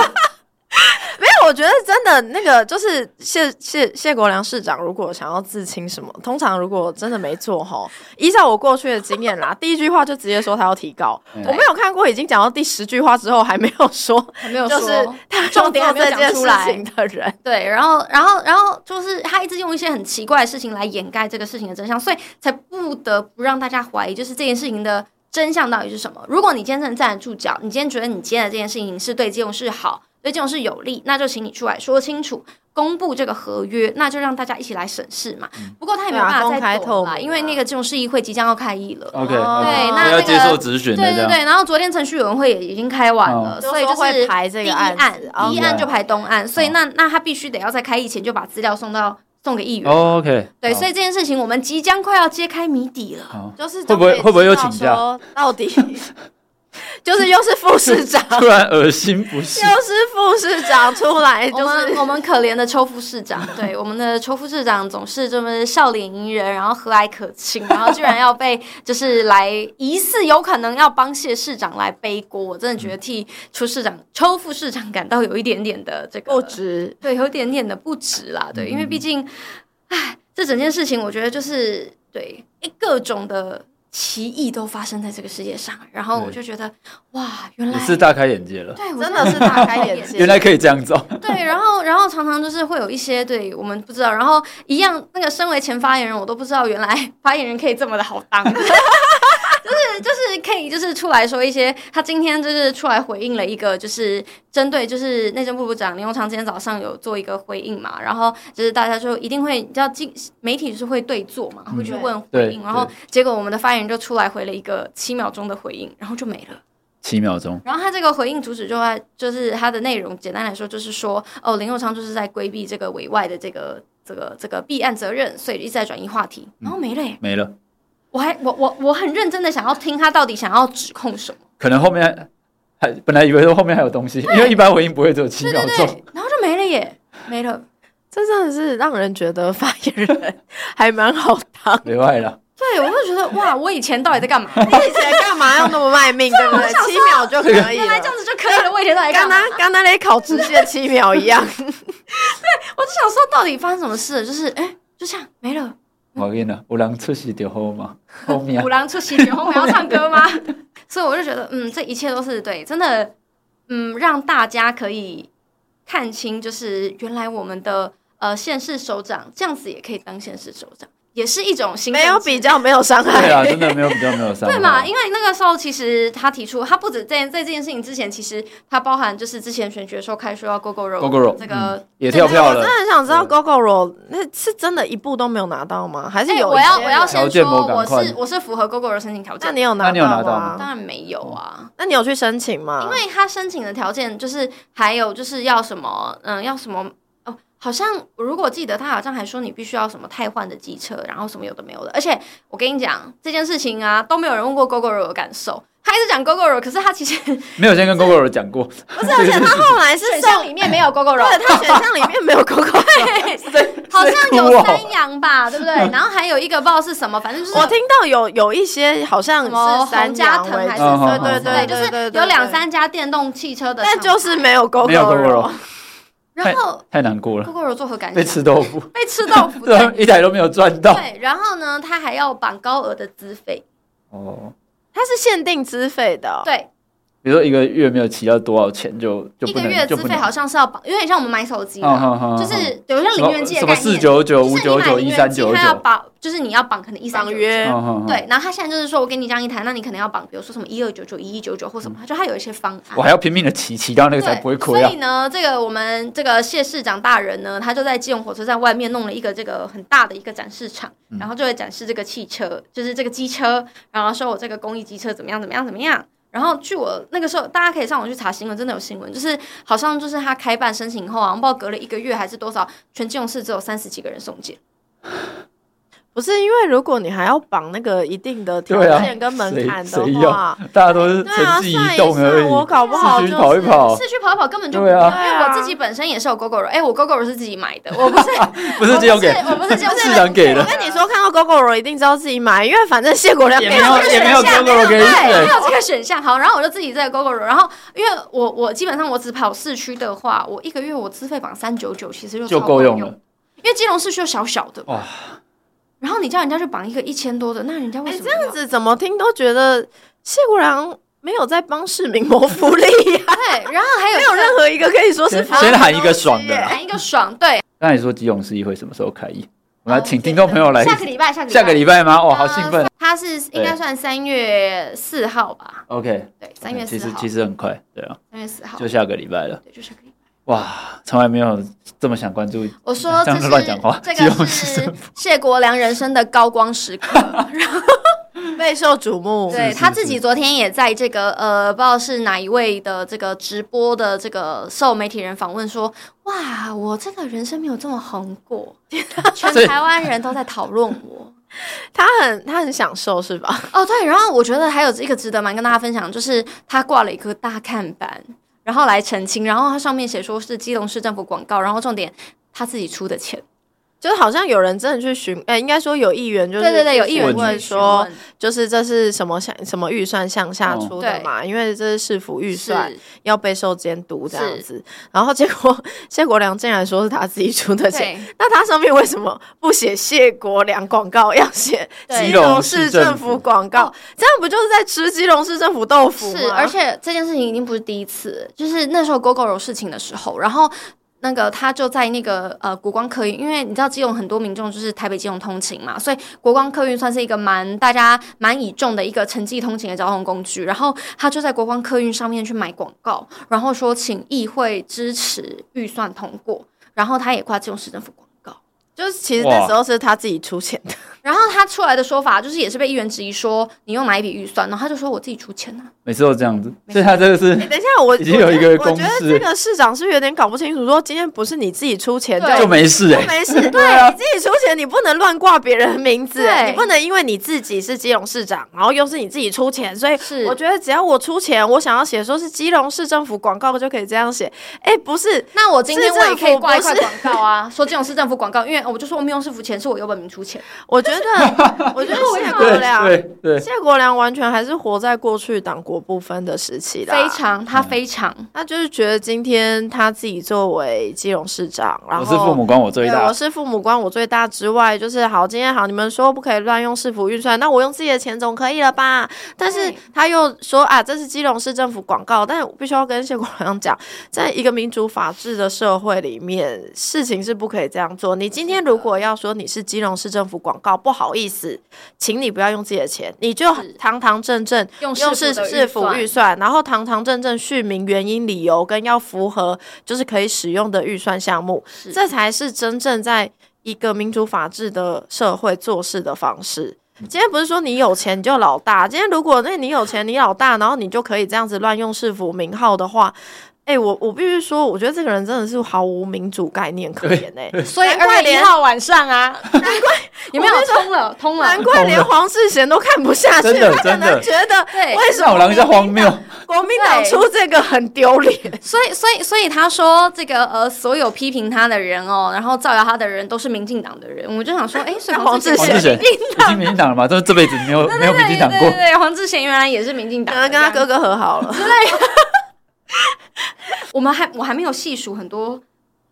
[SPEAKER 1] 没有，我觉得真的那个就是谢谢谢国良市长，如果想要自清什么，通常如果真的没做吼， 依照我过去的经验啦，第一句话就直接说他要提高。
[SPEAKER 2] 嗯
[SPEAKER 1] 我没有看过已经讲到第十句话之后还没有说，
[SPEAKER 3] 还没有
[SPEAKER 1] 就
[SPEAKER 3] 说，
[SPEAKER 1] 是他
[SPEAKER 3] 重点还没有
[SPEAKER 1] 这
[SPEAKER 3] 讲
[SPEAKER 1] 件事
[SPEAKER 3] 出来
[SPEAKER 1] 情的人，
[SPEAKER 3] 对，然后，然后，然后就是他一直用一些很奇怪的事情来掩盖这个事情的真相，所以才不得不让大家怀疑，就是这件事情的真相到底是什么。如果你今天真的站得住脚，你今天觉得你今天的这件事情是对金融市好，对金融市有利，那就请你出来说清楚，公布这个合约，那就让大家一起来审视嘛。不过他也没有
[SPEAKER 1] 对啊
[SPEAKER 3] 办法
[SPEAKER 1] 公开透
[SPEAKER 3] 再抖
[SPEAKER 1] 明
[SPEAKER 3] 了
[SPEAKER 1] 啊
[SPEAKER 3] 啦，因为那个金融市议会即将要开议了。
[SPEAKER 2] OK，
[SPEAKER 1] 对那
[SPEAKER 2] 不
[SPEAKER 1] 那
[SPEAKER 2] 要
[SPEAKER 1] 个
[SPEAKER 2] 接受质询的
[SPEAKER 3] 对
[SPEAKER 2] 这
[SPEAKER 3] 对
[SPEAKER 2] 样。
[SPEAKER 3] 对，然后昨天程序委员会也已经开完了，
[SPEAKER 2] 哦
[SPEAKER 3] 所以就
[SPEAKER 1] 都
[SPEAKER 3] 是
[SPEAKER 1] 说会排这个
[SPEAKER 3] 第一
[SPEAKER 1] 案
[SPEAKER 3] 案，
[SPEAKER 1] 子哦
[SPEAKER 3] 第一案就排东案，所以
[SPEAKER 2] 哦
[SPEAKER 3] 那那他必须得要在开议前就把资料送到送给议员。
[SPEAKER 2] 哦 OK，
[SPEAKER 3] 对，
[SPEAKER 2] 好
[SPEAKER 3] 所以这件事情我们即将快要揭开谜底了。
[SPEAKER 2] 好
[SPEAKER 1] 就是
[SPEAKER 2] 会不会
[SPEAKER 1] 都可以
[SPEAKER 2] 会不会又
[SPEAKER 1] 知道
[SPEAKER 2] 请假
[SPEAKER 1] 说到底 就是又是副市 长，
[SPEAKER 2] 突然恶心不 适。
[SPEAKER 1] 又是副市长出来
[SPEAKER 3] 我
[SPEAKER 1] 就
[SPEAKER 3] 们
[SPEAKER 1] 是。
[SPEAKER 3] 我们可怜的邱副市长，对我们的邱副市长总是这么笑脸迎人，然后和蔼可亲，然后居然要被就是来疑似有可能要帮谢市长来背锅，我真的觉得替邱市长邱副市长感到有一点点的这个
[SPEAKER 1] 不 值，
[SPEAKER 3] 对，有一点点的不值啦，对，因为
[SPEAKER 2] 嗯
[SPEAKER 3] 毕竟，唉，这整件事情我觉得就是对，诶各种的奇异都发生在这个世界上，然后我
[SPEAKER 2] 对
[SPEAKER 3] 就觉得哇，原
[SPEAKER 2] 也
[SPEAKER 3] 来
[SPEAKER 2] 是大开眼界了，
[SPEAKER 3] 对，我
[SPEAKER 1] 真的是大开眼界。
[SPEAKER 2] 原来可以这样做。
[SPEAKER 3] 对，然后然后常常就是会有一些对我们不知道，然后一样那个身为前发言人，我都不知道原来 发言人可以这么的好当。 就是就是可以就是出来说一些，他今天就是出来回应了一个，就是针对就是内政部部长林鸿昌今天早上有做一个回应嘛，然后就是大家就一定会，你知道记媒体是会对坐嘛，会去
[SPEAKER 1] 嗯
[SPEAKER 3] 问
[SPEAKER 2] 对
[SPEAKER 3] 回应，然后结果我们的发言人就出来回了一个七秒钟的回应，然后就没了。
[SPEAKER 2] 七秒钟，
[SPEAKER 3] 然后他这个回应主旨就在，就是他的内容，简单来说就是说，哦，林佑昌就是在规避这个委外的这个这个这个弊案责任，所以一直在转移话题，然后没了耶。
[SPEAKER 2] 没了。
[SPEAKER 3] 我还我我我很认真的想要听他到底想要指控什么，
[SPEAKER 2] 可能后面还还本来以为说后面还有东西，因为一般回应不会只有七秒钟。
[SPEAKER 3] 然后就没了耶， 没了。
[SPEAKER 1] 这真的是让人觉得发言人还蛮好当。
[SPEAKER 2] 没外了，
[SPEAKER 3] 对，对，我会觉得哇，我以前到底在干 嘛？
[SPEAKER 1] 你以前干嘛要那么卖 命，对不对？七秒就可以
[SPEAKER 3] 原来
[SPEAKER 1] 了
[SPEAKER 3] 这。样子就可以了，我以前到底在啊干
[SPEAKER 1] 刚
[SPEAKER 3] 嘛？
[SPEAKER 1] 刚刚刚那考直线七秒一样，
[SPEAKER 3] 我就想说，到底发生什么事了？就是哎、就这样没了。
[SPEAKER 2] 我跟你讲，有人出事就好嘛，后面 啊
[SPEAKER 3] 五郎出席酒后我要唱歌吗？ 所以我就觉得，嗯，这一切都是对，真的，嗯，让大家可以看清，就是原来我们的呃县市首长这样子也可以当县市首长，也是一种行政
[SPEAKER 1] 没有
[SPEAKER 3] 职
[SPEAKER 1] 比嗯较没有伤害。
[SPEAKER 2] 对啊，真的没有比较没有伤害。
[SPEAKER 3] 对嘛？因为那个时候，其实他提出，他不止在在这件事情之前，其实他包含就是之前选举的时候开说要 g o g o r o
[SPEAKER 2] Gogoro，嗯
[SPEAKER 3] 这个，
[SPEAKER 2] 也跳票
[SPEAKER 1] 我
[SPEAKER 2] 了
[SPEAKER 1] 真的，很想知道 GoGoRo 那是真的一步都没有拿到吗？还是
[SPEAKER 3] 哎、
[SPEAKER 1] 有？
[SPEAKER 3] 我要我要，
[SPEAKER 2] 条
[SPEAKER 3] 先
[SPEAKER 2] 件
[SPEAKER 3] 说，
[SPEAKER 2] 某赶
[SPEAKER 3] 我
[SPEAKER 2] 快
[SPEAKER 3] 是我是符合 g o g o r o 申请条
[SPEAKER 1] 那
[SPEAKER 3] 件，
[SPEAKER 1] 你有拿
[SPEAKER 2] 那你有拿
[SPEAKER 1] 到
[SPEAKER 2] 到
[SPEAKER 1] 吗？
[SPEAKER 3] 当然没有啊。
[SPEAKER 1] 那你有去申请吗？
[SPEAKER 3] 因为他申请的条件就是还有就是要什么，嗯，要什么哦，好像我如果记得他好像还说你必须要什么汰换的机车，然后什么有的没有的。而且我跟你讲这件事情啊，都没有人问过 GoGoRo 的感受，他一直讲 GoGoRo，可是他其实
[SPEAKER 2] 没有先跟 Google 讲过，
[SPEAKER 1] 不是，而且他后来是
[SPEAKER 3] 选项
[SPEAKER 1] 送，
[SPEAKER 3] 里面没有 GoGoRo，
[SPEAKER 1] 对他选项里面没有 GoGo。
[SPEAKER 3] 好像
[SPEAKER 2] 谁哭
[SPEAKER 3] 有
[SPEAKER 2] 哦
[SPEAKER 3] 三羊吧，对 不对？然后还有一个不知道是什么，反正 就是
[SPEAKER 1] 我听到有有一些好像
[SPEAKER 3] 什么
[SPEAKER 1] 是
[SPEAKER 3] 洪
[SPEAKER 1] 三
[SPEAKER 3] 家
[SPEAKER 1] 羊
[SPEAKER 3] 腾
[SPEAKER 1] 为
[SPEAKER 3] 还是
[SPEAKER 1] 主
[SPEAKER 3] 什么
[SPEAKER 2] 哦，
[SPEAKER 1] 对
[SPEAKER 3] 对
[SPEAKER 1] 对
[SPEAKER 3] 就
[SPEAKER 1] 对对，
[SPEAKER 3] 是
[SPEAKER 1] 对
[SPEAKER 3] 有两，三家电动汽车的
[SPEAKER 1] 对
[SPEAKER 3] 厂
[SPEAKER 1] 但
[SPEAKER 3] 牌，
[SPEAKER 1] 就是没有 GoGo，
[SPEAKER 2] 没有 GoGoRo
[SPEAKER 3] 然后
[SPEAKER 2] 太难过了，
[SPEAKER 3] GoGoRo 作何感
[SPEAKER 2] 被
[SPEAKER 3] 想？
[SPEAKER 2] 吃豆腐，
[SPEAKER 3] 被吃豆腐
[SPEAKER 2] 对 啊一台都没有赚到。
[SPEAKER 3] 对，然后呢，他还要绑高额的资费，
[SPEAKER 2] 哦，
[SPEAKER 1] 它是限定资费的
[SPEAKER 2] 啊
[SPEAKER 1] 哦，
[SPEAKER 3] 对，
[SPEAKER 2] 比如说一个月没有骑到多少钱就就
[SPEAKER 3] 一
[SPEAKER 2] 不
[SPEAKER 3] 个
[SPEAKER 2] 能
[SPEAKER 3] 月
[SPEAKER 2] 就
[SPEAKER 3] 资
[SPEAKER 2] 不
[SPEAKER 3] 费
[SPEAKER 2] 能
[SPEAKER 3] 好像是要绑，有点像我们买手机
[SPEAKER 2] 嗯
[SPEAKER 3] 啊，
[SPEAKER 2] 哼哼哼
[SPEAKER 3] 就是有点像零元季的
[SPEAKER 2] 什
[SPEAKER 3] 概
[SPEAKER 2] 么
[SPEAKER 3] 念，
[SPEAKER 2] 四九九五
[SPEAKER 3] 就是
[SPEAKER 2] 九九
[SPEAKER 3] 你买零
[SPEAKER 2] 一
[SPEAKER 3] 元
[SPEAKER 2] 三
[SPEAKER 3] 季，
[SPEAKER 2] 九
[SPEAKER 3] 它要
[SPEAKER 2] 九，
[SPEAKER 3] 绑，就是你要绑可能一三
[SPEAKER 1] 绑
[SPEAKER 3] 九
[SPEAKER 1] 约
[SPEAKER 2] 嗯哼，哼
[SPEAKER 3] 对，然后他现在就是说我给你这样一台，那你可能要绑，比如说什么一二九九、一一九九或什么，他就他有一些方案
[SPEAKER 2] 我。还要拼命的骑，骑到那个
[SPEAKER 3] 对，
[SPEAKER 2] 才不会亏啊
[SPEAKER 3] 所以。呢，这个我们这个谢市长大人呢，他就在基隆火车站外面弄了一个这个很大的一个展示场，
[SPEAKER 2] 嗯
[SPEAKER 3] 然后就会展示这个汽车，就是这个机车，然后说我这个公益机车怎么样怎么样怎么样。然后据我那个时候，大家可以上网去查新闻，真的有新闻，就是好像就是他开办申请后啊，不知道隔了一个月还是多少，全基隆市只有三十几个人送检。
[SPEAKER 1] 不是因为如果你还要绑那个一定的条
[SPEAKER 2] 对啊
[SPEAKER 1] 件跟门槛的
[SPEAKER 2] 谁谁
[SPEAKER 1] 话
[SPEAKER 2] 要，大家都是
[SPEAKER 1] 对啊，
[SPEAKER 2] 成
[SPEAKER 1] 算
[SPEAKER 2] 绩
[SPEAKER 1] 一
[SPEAKER 2] 移动而
[SPEAKER 1] 算，我
[SPEAKER 2] 已，
[SPEAKER 1] 搞不好
[SPEAKER 2] 市
[SPEAKER 1] 就
[SPEAKER 2] 区
[SPEAKER 1] 是
[SPEAKER 2] 跑一跑，
[SPEAKER 3] 市区跑一跑根本就不
[SPEAKER 2] 哦对啊
[SPEAKER 3] 用因为我自己本身也是有 GoGo 哎，我 GoGo 是自己买的，我不是
[SPEAKER 2] 不是借用给
[SPEAKER 3] 我不是借用
[SPEAKER 2] 市长给
[SPEAKER 1] 我
[SPEAKER 2] 的，
[SPEAKER 1] 跟你说，看到 GoGo 一定知道自己买，因为反正谢国良 哎
[SPEAKER 2] 也
[SPEAKER 1] 没
[SPEAKER 2] 没有也没有 Google 给你
[SPEAKER 3] 对，没
[SPEAKER 2] 选，
[SPEAKER 3] 有这个选项。好，然后我就自己在 GoGo 然后因为我我基本上我只跑市区的话，我一个月我资费绑三九九，其实就
[SPEAKER 2] 就
[SPEAKER 3] 超
[SPEAKER 2] 够用
[SPEAKER 3] 用
[SPEAKER 2] 了。。
[SPEAKER 3] 因为基隆市区又小小的，
[SPEAKER 2] 哇，
[SPEAKER 3] 然后你叫人家去绑一个一千多的，那人家
[SPEAKER 1] 哎，
[SPEAKER 3] 为什么
[SPEAKER 1] 这
[SPEAKER 3] 要？
[SPEAKER 1] 样子怎么听都觉得谢国良没有在帮市民谋福利啊呀、
[SPEAKER 3] 对，然后 还有
[SPEAKER 1] 没有
[SPEAKER 3] 这个
[SPEAKER 1] 任何一个可以说是
[SPEAKER 2] 先
[SPEAKER 1] 福利
[SPEAKER 2] 先喊一个爽的
[SPEAKER 1] 耶
[SPEAKER 2] 啦
[SPEAKER 3] 喊一个爽，对，
[SPEAKER 2] 刚才你说基隆市议会什么时候开议？我们来请
[SPEAKER 3] 哦
[SPEAKER 2] 听众朋友来
[SPEAKER 3] 下个礼拜，下个
[SPEAKER 2] 下个礼拜吗？哦哇，好兴奋
[SPEAKER 3] 呃。他是应该算三月四号吧？
[SPEAKER 2] OK，
[SPEAKER 3] 对，三月
[SPEAKER 2] 其
[SPEAKER 3] 四
[SPEAKER 2] 实
[SPEAKER 3] 号，
[SPEAKER 2] 其实很快，对啊，
[SPEAKER 3] 三月四号，
[SPEAKER 2] 就下个礼拜了。
[SPEAKER 3] 对，就下个礼拜。
[SPEAKER 2] 哇，从来没有这么想关注
[SPEAKER 3] 我说
[SPEAKER 2] 这
[SPEAKER 3] 这
[SPEAKER 2] 样
[SPEAKER 3] 是
[SPEAKER 2] 子乱讲话
[SPEAKER 3] 这
[SPEAKER 2] 基隆
[SPEAKER 3] 个
[SPEAKER 2] 市
[SPEAKER 3] 是谢国良人生的高光时刻。
[SPEAKER 1] 备受瞩目。
[SPEAKER 3] 对
[SPEAKER 2] 是
[SPEAKER 3] 他
[SPEAKER 2] 是
[SPEAKER 3] 自己昨天也在这个呃，不知道是哪一位的这个直播的这个受媒体人访问说，哇，我这个人生没有这么红过， 全
[SPEAKER 2] 所以
[SPEAKER 3] 台湾人都在讨论我。
[SPEAKER 1] 他很他很享受是吧？
[SPEAKER 3] 哦，对，然后我觉得还有一个值得蛮跟大家分享，就是他挂了一个大看板，然后来澄清，然后它上面写说是基隆市政府广告，然后重点他自己出的钱。
[SPEAKER 1] 就是好像有人真的去询，哎、应该说有议员就是
[SPEAKER 3] 对对对，有议员
[SPEAKER 1] 询
[SPEAKER 2] 问
[SPEAKER 1] 问
[SPEAKER 3] 去询
[SPEAKER 1] 说
[SPEAKER 3] 问，
[SPEAKER 1] 就是这是什么项什么预算向下
[SPEAKER 2] 哦
[SPEAKER 1] 出的嘛？因为这是市府预算
[SPEAKER 3] 是，
[SPEAKER 1] 要备受监督这样
[SPEAKER 3] 是
[SPEAKER 1] 子。然后结果 谢国良竟然说是他自己出的钱，
[SPEAKER 3] 对。
[SPEAKER 1] 那他上面为什么不写谢国良广告，要写
[SPEAKER 3] 对
[SPEAKER 1] 基
[SPEAKER 2] 基隆
[SPEAKER 1] 隆
[SPEAKER 2] 市
[SPEAKER 1] 市
[SPEAKER 2] 政
[SPEAKER 1] 政
[SPEAKER 2] 府
[SPEAKER 1] 府广告？这样不就是在吃基隆市政府豆腐吗？
[SPEAKER 3] 是，而且这件事情已经不是第一次，就是那时候 GoGo 有事情的时候，然后。那个他就在那个呃国光客运，因为你知道基隆很多民众就是台北基隆通勤嘛，所以国光客运算是一个蛮大家蛮倚重的一个城际通勤的交通工具。然后他就在国光客运上面去买广告，然后说请议会支持预算通过，然后他也挂基隆市政府广告。
[SPEAKER 1] 就是其实
[SPEAKER 2] 哇
[SPEAKER 1] 那时候是他自己出钱的，
[SPEAKER 3] 然后他出来的说法就是也是被议员质疑说你用哪一笔预算，然后他就说我自己出钱啊。
[SPEAKER 2] 每次都这样子，所以他这个
[SPEAKER 1] 欸
[SPEAKER 2] 是
[SPEAKER 1] 等一下，我
[SPEAKER 2] 已经有一个
[SPEAKER 1] 我觉得我觉
[SPEAKER 2] 公
[SPEAKER 1] 得
[SPEAKER 2] 式
[SPEAKER 1] 这个市长是不是有点搞不清楚，说今天不是你自己出钱
[SPEAKER 3] 对
[SPEAKER 2] 就没事 哎，
[SPEAKER 1] 没事， 对你自己出钱，你不能乱挂别人的名字，
[SPEAKER 3] 啊对
[SPEAKER 1] 你不能因为你自己是基隆市长，然后又是你自己出钱，所以
[SPEAKER 3] 是
[SPEAKER 1] 我觉得只要我出钱，我想要写说是基隆市政府广告就可以这样写，哎，不是。
[SPEAKER 3] 那我今天我也可以挂一块
[SPEAKER 1] 市政
[SPEAKER 3] 广告啊，说基隆市政府广告，因为哦我就说我没有市府钱，是我游本明出钱。
[SPEAKER 1] 我觉 得，我觉得谢国良，
[SPEAKER 2] 对对对，
[SPEAKER 1] 谢国良完全还是活在过去党国不分的时期啦。
[SPEAKER 3] 非，常，他非常，
[SPEAKER 1] 他就是觉得今天他自己作为基隆市长，然后
[SPEAKER 2] 我是父母官，我最
[SPEAKER 1] 对，我
[SPEAKER 2] 大。
[SPEAKER 1] 是父母官，我最大之外，就是好，今天好，你们说不可以乱用市府预算，那我用自己的钱总可以了吧？但是
[SPEAKER 3] 对
[SPEAKER 1] 他又说啊，这是基隆市政府广告，但是我必须要跟谢国良讲，在一个民主法治的社会里面，事情是不可以这样做。你今天如果要说你是基隆市政府广告，不好意思，请你不要用自己的钱，你就是堂堂正正
[SPEAKER 3] 用
[SPEAKER 1] 用市
[SPEAKER 3] 市府的
[SPEAKER 1] 市府预
[SPEAKER 3] 预
[SPEAKER 1] 算，然后堂堂正正续明原因、理由跟要符合就是可以使用的预算项目，
[SPEAKER 3] 是
[SPEAKER 1] 这才是真正在一个民主法治的社会做事的方式。
[SPEAKER 2] 嗯
[SPEAKER 1] 今天不是说你有钱你就老大，今天如果那你有钱你老大，然后你就可以这样子乱用市府名号的话，哎、我我必须说，我觉得这个人真的是毫无民主概念可言哎、
[SPEAKER 3] 所以
[SPEAKER 1] 难怪
[SPEAKER 3] 二月一
[SPEAKER 1] 连
[SPEAKER 3] 号晚上啊，难怪 有没有通了通了
[SPEAKER 1] 难？怪连黄世贤都看不下去，
[SPEAKER 2] 真的
[SPEAKER 1] 他可
[SPEAKER 2] 真的
[SPEAKER 1] 能觉得
[SPEAKER 3] 对
[SPEAKER 1] 为什
[SPEAKER 2] 让
[SPEAKER 1] 么
[SPEAKER 2] 我狼一下荒谬，
[SPEAKER 1] 国民党
[SPEAKER 3] 对
[SPEAKER 1] 出这个很丢脸。
[SPEAKER 3] 所以所以所以他说这个呃，所有批评他的人哦，然后造谣他的人都是民进党的人，我就想说，哎，所以
[SPEAKER 1] 那黄
[SPEAKER 3] 志
[SPEAKER 1] 志
[SPEAKER 2] 黄
[SPEAKER 1] 贤
[SPEAKER 2] 志
[SPEAKER 3] 贤
[SPEAKER 2] 贤已经民进党了嘛？这这辈子没有没有民进党
[SPEAKER 3] 对
[SPEAKER 2] 过
[SPEAKER 3] 对，对，黄志贤原来也是民进党
[SPEAKER 1] 可
[SPEAKER 3] 的，
[SPEAKER 1] 能跟他
[SPEAKER 3] 这样
[SPEAKER 1] 哥哥和好了。
[SPEAKER 3] 我们还我还没有细数很多，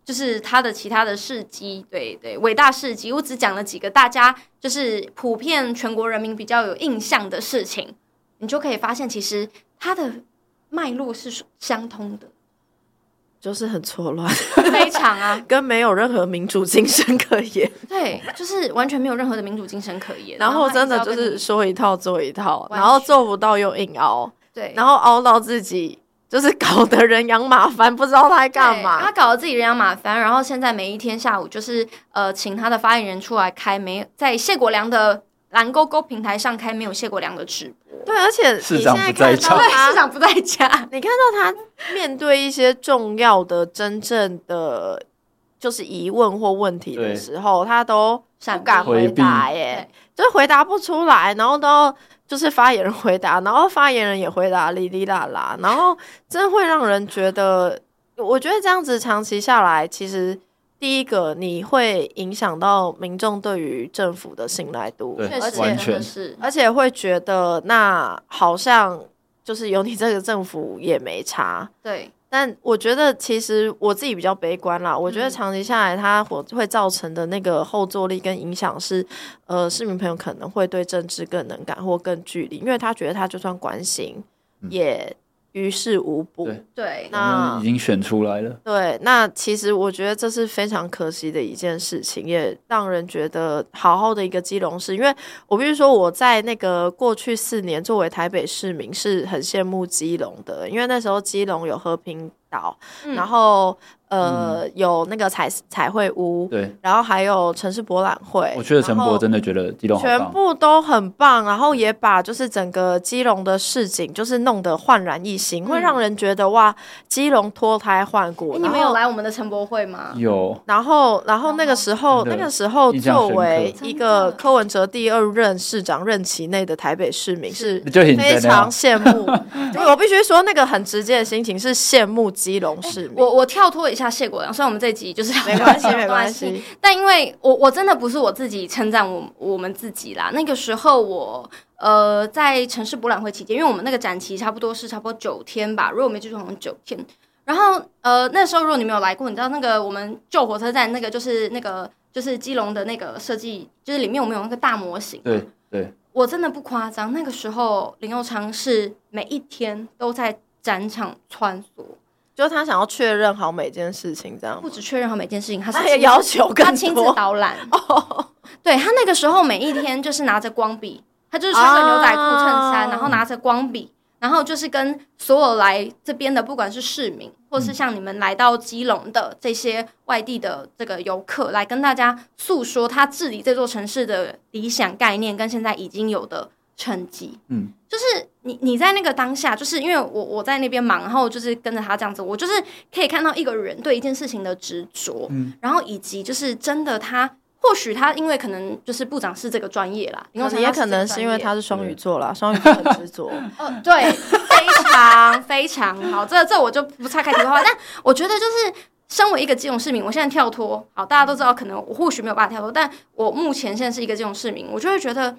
[SPEAKER 3] 就是他的其他的事迹，对对，伟大事迹，我只讲了几个大家就是普遍全国人民比较有印象的事情，你就可以发现其实他的脉络是相通的，
[SPEAKER 1] 就是很错乱，
[SPEAKER 3] 非 常啊，
[SPEAKER 1] 跟没有任何民主精神可言。
[SPEAKER 3] 对，就是完全没有任何的民主精神可言，
[SPEAKER 1] 然后
[SPEAKER 3] 他一
[SPEAKER 1] 真
[SPEAKER 3] 直
[SPEAKER 1] 的
[SPEAKER 3] 要
[SPEAKER 1] 就
[SPEAKER 3] 跟
[SPEAKER 1] 是
[SPEAKER 3] 你
[SPEAKER 1] 说一套做一套，
[SPEAKER 3] 完
[SPEAKER 1] 然后
[SPEAKER 3] 全
[SPEAKER 1] 做不到又硬凹，
[SPEAKER 3] 对，
[SPEAKER 1] 然后凹到自己就是搞得人仰马翻，不知道他在干
[SPEAKER 3] 对啊
[SPEAKER 1] 嘛
[SPEAKER 3] 他。搞得自己人仰马翻，然后现在每一天下午就是呃，请他的发言人出来开没在谢国良的蓝勾勾平台上开没有谢国良的直播，
[SPEAKER 1] 对，而且
[SPEAKER 2] 市
[SPEAKER 1] 你现
[SPEAKER 2] 长
[SPEAKER 1] 在
[SPEAKER 2] 不在
[SPEAKER 1] 看到
[SPEAKER 2] 场
[SPEAKER 3] 对，市
[SPEAKER 1] 他，
[SPEAKER 3] 长不在家，
[SPEAKER 1] 你看到他面对一些重要的、真正的就是疑问或问题的
[SPEAKER 2] 对
[SPEAKER 1] 时候，他都
[SPEAKER 3] 闪
[SPEAKER 1] 不
[SPEAKER 3] 避
[SPEAKER 1] 敢
[SPEAKER 2] 回
[SPEAKER 1] 回
[SPEAKER 2] 避
[SPEAKER 1] 答耶，就回答不出来，然后到就是发言人回答，然后发言人也回答哩哩啦啦，然后真会让人觉得，我觉得这样子长期下来，其实第一个你会影响到民众对于政府的信赖度，
[SPEAKER 2] 对
[SPEAKER 3] 确
[SPEAKER 1] 而
[SPEAKER 3] 实
[SPEAKER 1] 且
[SPEAKER 2] 完全
[SPEAKER 3] 真的是，
[SPEAKER 1] 而且会觉得那好像就是有你这个政府也没差，
[SPEAKER 3] 对，
[SPEAKER 1] 但我觉得其实我自己比较悲观啦。我觉得
[SPEAKER 2] 嗯
[SPEAKER 1] 长期下来，它会会造成的那个后坐力跟影响是，呃，市民朋友可能会对政治更能感或更距离，因为他觉得他就算关心，
[SPEAKER 2] 嗯
[SPEAKER 1] 也于事无补。
[SPEAKER 2] 对
[SPEAKER 3] 对，
[SPEAKER 1] 那
[SPEAKER 2] 我们已经选出来了。
[SPEAKER 1] 对，那其实我觉得这是非常可惜的一件事情，也让人觉得好好的一个基隆市，因为我必须说我在那个过去四年作为台北市民是很羡慕基隆的，因为那时候基隆有和平岛，
[SPEAKER 3] 嗯
[SPEAKER 1] 然后呃、有那个彩彩绘屋，
[SPEAKER 2] 嗯对，
[SPEAKER 1] 然后还有城市博览会，
[SPEAKER 2] 我去了陈
[SPEAKER 1] 然后
[SPEAKER 2] 博，真的觉得基隆好
[SPEAKER 1] 全
[SPEAKER 2] 棒。
[SPEAKER 1] 部都很棒，然后也把就是整个基隆的市景就是弄得焕然一新，会
[SPEAKER 3] 嗯
[SPEAKER 1] 让人觉得哇，基隆脱胎换骨。然
[SPEAKER 3] 诶你们
[SPEAKER 1] 后
[SPEAKER 3] 有来我们的陈博会吗？
[SPEAKER 2] 有
[SPEAKER 1] 然后，然后那个时候，
[SPEAKER 2] 哦真
[SPEAKER 1] 那
[SPEAKER 2] 的
[SPEAKER 1] 个时候
[SPEAKER 2] 印象
[SPEAKER 1] 作
[SPEAKER 2] 深刻
[SPEAKER 1] 为一个
[SPEAKER 3] 真的
[SPEAKER 1] 柯文哲第二任市长任期内的台北市民，是
[SPEAKER 2] 就很
[SPEAKER 1] 非
[SPEAKER 2] 在那
[SPEAKER 1] 常
[SPEAKER 2] 样，
[SPEAKER 1] 羡慕。 对我必须说，那个很直接的心情是羡慕基隆市民。
[SPEAKER 3] 哎我我跳脱一下谢国良，虽然我们这一集就是
[SPEAKER 1] 没关系，没关，系，
[SPEAKER 3] 但因为我我真的不是我自己称赞我我们自己啦，那个时候我呃在城市博览会期间，因为我们那个展期差不多是差不多九天吧，如果我没记错好像九天。然后呃那时候如果你没有来过，你知道那个我们旧火车站那个就是那个就是基隆的那个设计，就是里面我们有那个大模型。
[SPEAKER 2] 对对，
[SPEAKER 3] 我真的不夸张，那个时候林佑昌是每一天都在展场穿梭，
[SPEAKER 1] 就是他想要确认好每件事情，这样
[SPEAKER 3] 不只确认好每件事情，他是
[SPEAKER 1] 他
[SPEAKER 3] 亲
[SPEAKER 1] 也哎
[SPEAKER 3] 自
[SPEAKER 1] 要求
[SPEAKER 3] 他
[SPEAKER 1] 更
[SPEAKER 3] 亲 自
[SPEAKER 1] 多。哦
[SPEAKER 3] 导览。对他那个时候每一天就是拿着光笔，他就是穿着牛仔裤、衬衫，
[SPEAKER 1] 啊
[SPEAKER 3] 然后拿着光笔，然后就是跟所有来这边的，不管是市民，或是像你们来到基隆的这些外地的这个游客，来跟大家诉说他治理这座城市的理想概念跟现在已经有的成绩。
[SPEAKER 2] 嗯，
[SPEAKER 3] 就是你你在那个当下，就是因为我我在那边忙，然后就是跟着他这样子，我就是可以看到一个人对一件事情的执着，
[SPEAKER 2] 嗯
[SPEAKER 3] 然后以及就是真的他。或许他因为可能就是部长是这个专业啦，林
[SPEAKER 1] 可能也
[SPEAKER 3] 佑昌他这
[SPEAKER 1] 可
[SPEAKER 3] 个
[SPEAKER 1] 能是因为
[SPEAKER 3] 专业
[SPEAKER 1] 他是双鱼座啦，双鱼座很执 着。
[SPEAKER 3] 哦， 对，非常非常好，这这我就不岔开题外话，但我觉得就是身为一个基隆市民，我现在跳脱，好，大家都知道，可能我或许没有办法跳脱，但我目前现在是一个基隆市民，我就会觉得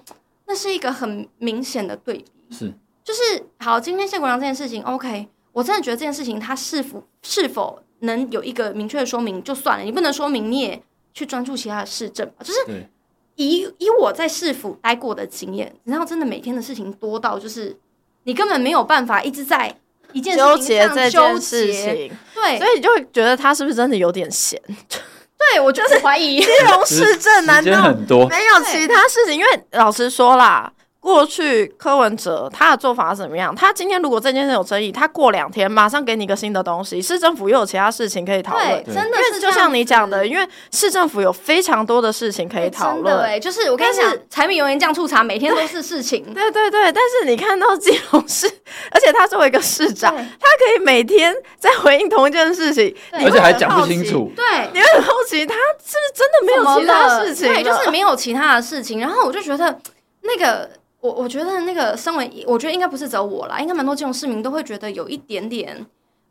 [SPEAKER 3] 那是一个很明显的对比。
[SPEAKER 2] 是，
[SPEAKER 3] 就是好，今天谢国良这件事情，OK，我真的觉得这件事情它是否是否能有一个明确的说明就算了，你不能说明你也去专注其他的市政吧，就是
[SPEAKER 2] 对，
[SPEAKER 3] 以以我在市府待过的经验，你知道，真的每天的事情多到就是你根本没有办法一直在一件
[SPEAKER 1] 纠
[SPEAKER 3] 事
[SPEAKER 1] 结
[SPEAKER 3] 情
[SPEAKER 1] 这
[SPEAKER 3] 上
[SPEAKER 1] 件
[SPEAKER 3] 纠
[SPEAKER 1] 事
[SPEAKER 3] 结。哎
[SPEAKER 1] 情，
[SPEAKER 3] 对
[SPEAKER 1] 所以你就会觉得他是不是真的有点闲？
[SPEAKER 3] 对，我就是怀疑。
[SPEAKER 1] 金融市政难
[SPEAKER 2] 时间
[SPEAKER 1] 道
[SPEAKER 2] 很多，
[SPEAKER 1] 没有
[SPEAKER 3] 哦对
[SPEAKER 1] 其他事情，因为老实说啦，过去柯文哲他的做法是怎么样？他今天如果这件事有争议，他过两天马上给你一个新的东西，市政府又有其他事情可以讨论
[SPEAKER 3] 对，。
[SPEAKER 2] 对
[SPEAKER 3] 真的
[SPEAKER 1] 因为
[SPEAKER 3] 是
[SPEAKER 1] 就
[SPEAKER 3] 这样
[SPEAKER 1] 像你讲的，
[SPEAKER 3] 子
[SPEAKER 1] 因为市政府有非常多的事情可以讨
[SPEAKER 3] 真的
[SPEAKER 1] 论。
[SPEAKER 3] 哎，就是我跟你
[SPEAKER 1] 但
[SPEAKER 3] 讲
[SPEAKER 1] 是，
[SPEAKER 3] 柴米油盐酱醋茶，每天都是事情。
[SPEAKER 1] 对对对，但是你看到基隆市，而且他作为一个市长，
[SPEAKER 3] 对
[SPEAKER 1] 他可以每天在回应同一件事情，
[SPEAKER 3] 对
[SPEAKER 1] 你
[SPEAKER 2] 而
[SPEAKER 1] 会
[SPEAKER 2] 且还
[SPEAKER 1] 很
[SPEAKER 2] 讲不
[SPEAKER 1] 好奇
[SPEAKER 2] 清。楚，
[SPEAKER 3] 对，
[SPEAKER 1] 你会很好奇，他是不是真的没有其他事情了？
[SPEAKER 3] 对，就是没有其他的事情。然后我就觉得那个，我我觉得那个身为，我觉得应该不是只有我啦，应该蛮多这种市民都会觉得有一点点，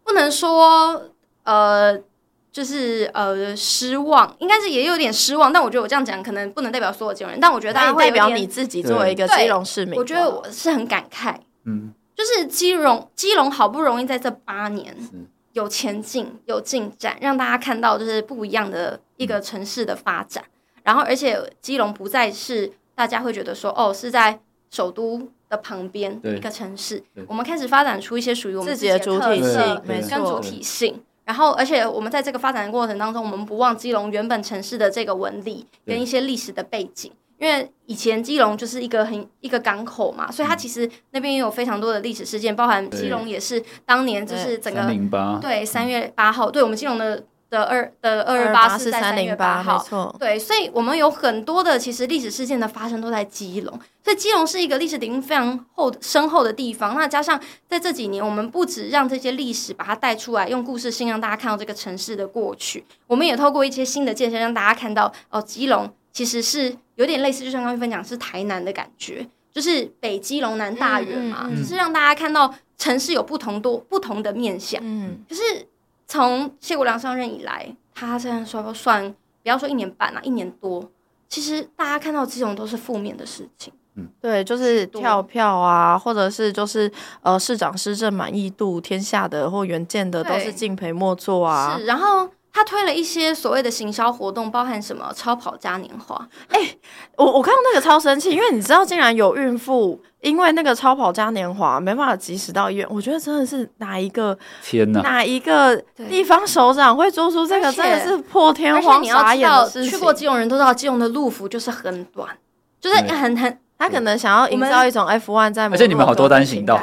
[SPEAKER 3] 不能说呃，就是呃失望，应该是也有点失望。但我觉得我这样讲可能不能代表所有金融人，但我觉得大
[SPEAKER 1] 那
[SPEAKER 3] 家
[SPEAKER 1] 你
[SPEAKER 3] 会
[SPEAKER 1] 代
[SPEAKER 3] 有
[SPEAKER 1] 表
[SPEAKER 3] 一
[SPEAKER 1] 你
[SPEAKER 3] 点，
[SPEAKER 1] 自己
[SPEAKER 2] 对
[SPEAKER 1] 作为一个
[SPEAKER 3] 对
[SPEAKER 1] 基隆市民，
[SPEAKER 3] 我觉得我是很感慨。
[SPEAKER 2] 嗯，
[SPEAKER 3] 就是基隆，基隆好不容易在这八年
[SPEAKER 2] 是
[SPEAKER 3] 有前进、有进展，让大家看到就是不一样的一个城市的发展。然后，而且基隆不再是大家会觉得说哦是在首都的旁边
[SPEAKER 2] 对
[SPEAKER 3] 一个城市
[SPEAKER 2] 对，
[SPEAKER 3] 我们开始发展出一些属于我们
[SPEAKER 1] 自
[SPEAKER 3] 己
[SPEAKER 1] 己的主体
[SPEAKER 3] 特色
[SPEAKER 1] 性，
[SPEAKER 2] 对
[SPEAKER 1] 没
[SPEAKER 2] 对
[SPEAKER 3] 跟主
[SPEAKER 1] 错，
[SPEAKER 3] 体性。然后，而且我们在这个发展的过程当中，我们不忘基隆原本城市的这个纹理
[SPEAKER 2] 对
[SPEAKER 3] 跟一些历史的背景，因为以前基隆就是一个很一个港口嘛，所以它其实那边也有非常多的历史事件，包含
[SPEAKER 2] 对
[SPEAKER 3] 基隆也是当年就是整
[SPEAKER 2] 三
[SPEAKER 3] 个
[SPEAKER 2] 零八，
[SPEAKER 3] 对三月八号，对我们基隆的的二的二
[SPEAKER 1] 二
[SPEAKER 3] 二八
[SPEAKER 1] 是
[SPEAKER 3] 是在
[SPEAKER 1] 三
[SPEAKER 3] 三
[SPEAKER 1] 零
[SPEAKER 3] 月八
[SPEAKER 1] 没
[SPEAKER 3] 号，
[SPEAKER 1] 错，
[SPEAKER 3] 对，所以我们有很多的其实历史事件的发生都在基隆，所以基隆是一个历史底蕴非常厚的深厚的地方。那加上在这几年，我们不止让这些历史把它带出来，用故事性让大家看到这个城市的过去，我们也透过一些新的建设让大家看到哦，基隆其实是有点类似，就像刚刚分享是台南的感觉，就是北基隆南大园嘛，
[SPEAKER 1] 嗯嗯嗯
[SPEAKER 3] 就是让大家看到城市有不同多不同的面向。
[SPEAKER 1] 嗯，
[SPEAKER 3] 可是从谢国良上任以来，他虽然说算不要说一年半啦、一年多，其实大家看到这种都是负面的事情。
[SPEAKER 1] 对，就是跳票啊，或者是就是呃，市长施政满意度，天下的或原件的都
[SPEAKER 3] 对
[SPEAKER 1] 是敬陪末座啊
[SPEAKER 3] 是，。然后他推了一些所谓的行销活动，包含什么超跑嘉年华，
[SPEAKER 1] 我我看到那个超生气，因为你知道，竟然有孕妇因为那个超跑嘉年华没办法及时到医院，我觉得真的是哪一个
[SPEAKER 2] 天哪，
[SPEAKER 1] 哪一个
[SPEAKER 3] 对
[SPEAKER 1] 地方首长会做出这个
[SPEAKER 3] 而且
[SPEAKER 1] 真的是破天
[SPEAKER 3] 而且
[SPEAKER 1] 荒
[SPEAKER 3] 你要
[SPEAKER 1] 傻
[SPEAKER 3] 知
[SPEAKER 1] 眼
[SPEAKER 3] 道，
[SPEAKER 1] 的事情？
[SPEAKER 3] 去过基隆人都知道，基隆的路幅就是很短，就是
[SPEAKER 2] 对
[SPEAKER 3] 很很
[SPEAKER 1] 他可能想要营造一种 F1 在摩洛哥的情感，
[SPEAKER 2] 而且你们好多单行道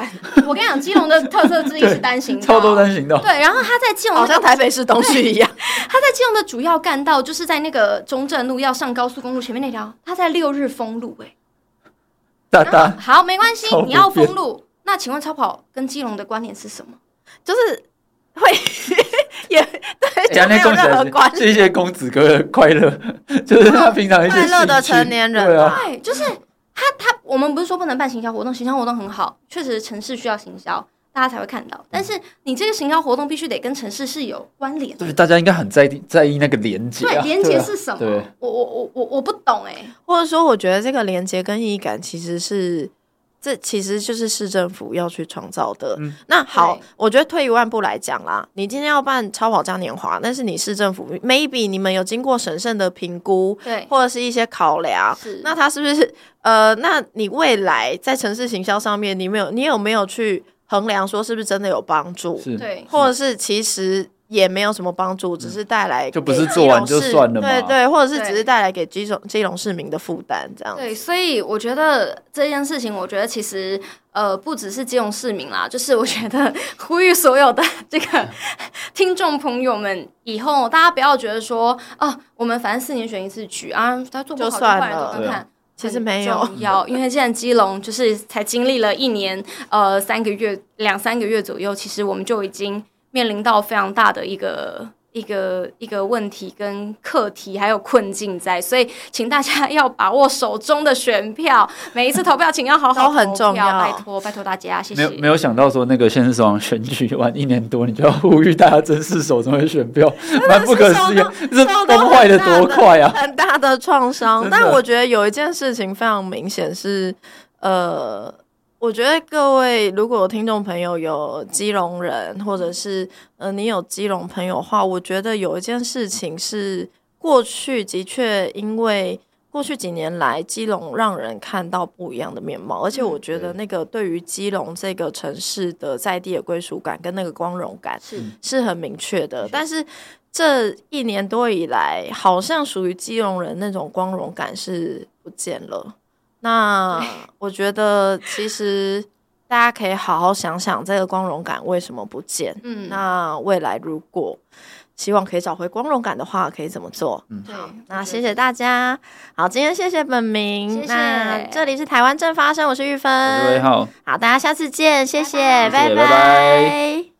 [SPEAKER 3] 我跟你讲，基隆的特色之一是单行道，
[SPEAKER 2] 超多单行道，
[SPEAKER 3] 对，然后他在基隆
[SPEAKER 1] 好
[SPEAKER 3] 那个
[SPEAKER 1] 像台北市东区一样。
[SPEAKER 3] 他在基隆的主要干道就是在那个中正路要上高速公路前面那条，他在六日封路、欸，
[SPEAKER 2] 大
[SPEAKER 3] 然
[SPEAKER 2] 大
[SPEAKER 3] 后好，没关系
[SPEAKER 2] 超，普遍
[SPEAKER 3] 你要封路。那请问超跑跟基隆的关联是什么？
[SPEAKER 1] 就是会 也对，就
[SPEAKER 2] 两
[SPEAKER 1] 没
[SPEAKER 2] 天
[SPEAKER 1] 有
[SPEAKER 2] 供起
[SPEAKER 1] 任何关
[SPEAKER 2] 来是一些公子哥的快乐，就是他平常一些
[SPEAKER 1] 快乐的
[SPEAKER 2] 兴趣
[SPEAKER 1] 成年人
[SPEAKER 2] 对啊，
[SPEAKER 3] 对，哎就是他他我们不是说不能办行销活动，行销活动很好，确实城市需要行销，大家才会看
[SPEAKER 2] 嗯
[SPEAKER 3] 到。但是你这个行销活动必须得跟城市是有关联的，
[SPEAKER 2] 对，大家应该很在意在意那个连接、啊，
[SPEAKER 3] 对，连
[SPEAKER 2] 对
[SPEAKER 3] 接
[SPEAKER 2] 啊
[SPEAKER 3] 是什么？
[SPEAKER 2] 对
[SPEAKER 3] 我我我我我不懂哎、
[SPEAKER 1] 或者说，我觉得这个连接跟意义感其实是。这其实就是市政府要去创造的。
[SPEAKER 2] 嗯
[SPEAKER 1] 那好
[SPEAKER 3] 对，
[SPEAKER 1] 我觉得退一万步来讲啦，你今天要办超跑嘉年华，但是你市政府 maybe 你们有经过审慎的评估，
[SPEAKER 3] 对，
[SPEAKER 1] 或者是一些考量，
[SPEAKER 3] 是
[SPEAKER 1] 那它是不是呃？那你未来在城市行销上面，你没有你有没有去衡量说是不是真的有帮助？
[SPEAKER 2] 是，
[SPEAKER 3] 对
[SPEAKER 1] 或者是其实也没有什么帮助，只是带来
[SPEAKER 2] 就不是
[SPEAKER 1] 给基
[SPEAKER 2] 做完就
[SPEAKER 1] 隆市
[SPEAKER 2] 算了嘛
[SPEAKER 1] 对对，或者是
[SPEAKER 3] 对
[SPEAKER 1] 只是带来给基隆基隆市民的负担这样。
[SPEAKER 3] 对，所以我觉得这件事情，我觉得其实呃，不只是基隆市民啦，就是我觉得 呼吁所有的 这个听众朋友们，以后大家不要觉得说哦，我们反正四年选一次举啊，他做不好
[SPEAKER 1] 就
[SPEAKER 3] 就
[SPEAKER 1] 算
[SPEAKER 3] 换人
[SPEAKER 1] 了啊
[SPEAKER 3] 做看看。
[SPEAKER 1] 其实没有
[SPEAKER 3] 很重要，因为现在基隆就是才经历了一年，呃，三个月两三个月左右，其实我们就已经面临到非常大的一个一个一个问题跟课题还有困境在，所以请大家 要把握手中的选票，每一次投票请要好好
[SPEAKER 1] 都很
[SPEAKER 3] 投
[SPEAKER 1] 重
[SPEAKER 3] 票
[SPEAKER 1] 要
[SPEAKER 3] 拜托拜托大家，谢
[SPEAKER 2] 没
[SPEAKER 3] 谢。
[SPEAKER 2] 有没有想到说那个现实网选举完一年多，你就要呼吁大家珍视手中的选票，蛮不可思议的，这
[SPEAKER 1] 受到
[SPEAKER 2] 崩坏的多快啊！
[SPEAKER 1] 很大的创伤。
[SPEAKER 2] 真的
[SPEAKER 1] 但我觉得有一件事情非常明显是，呃，我觉得各位如果有听众朋友有基隆人，或者是呃你有基隆朋友的话，我觉得有一件事情是过去的确因为。过去几年来，基隆让人看到不一样的面貌，而且我觉得
[SPEAKER 2] 嗯对
[SPEAKER 1] 那个对于基隆这个城市的在地的归属感跟那个光荣感，
[SPEAKER 3] 是
[SPEAKER 1] 是很明确的，但是这一年多以来，好像属于基隆人那种光荣感是不见了。那我觉得，其实大家可以好好想想，这个光荣感为什么不见？
[SPEAKER 3] 嗯，
[SPEAKER 1] 那未来如果希望可以找回光荣感的话，可以怎么做？
[SPEAKER 3] 对，
[SPEAKER 1] 那谢谢大家。好，今天谢谢本明。
[SPEAKER 3] 谢谢
[SPEAKER 1] 那这里是台湾正发生，我是玉芬。
[SPEAKER 2] 对，好。
[SPEAKER 1] 好，大家下次见，谢谢，
[SPEAKER 2] 拜拜谢谢拜
[SPEAKER 1] 拜
[SPEAKER 2] 拜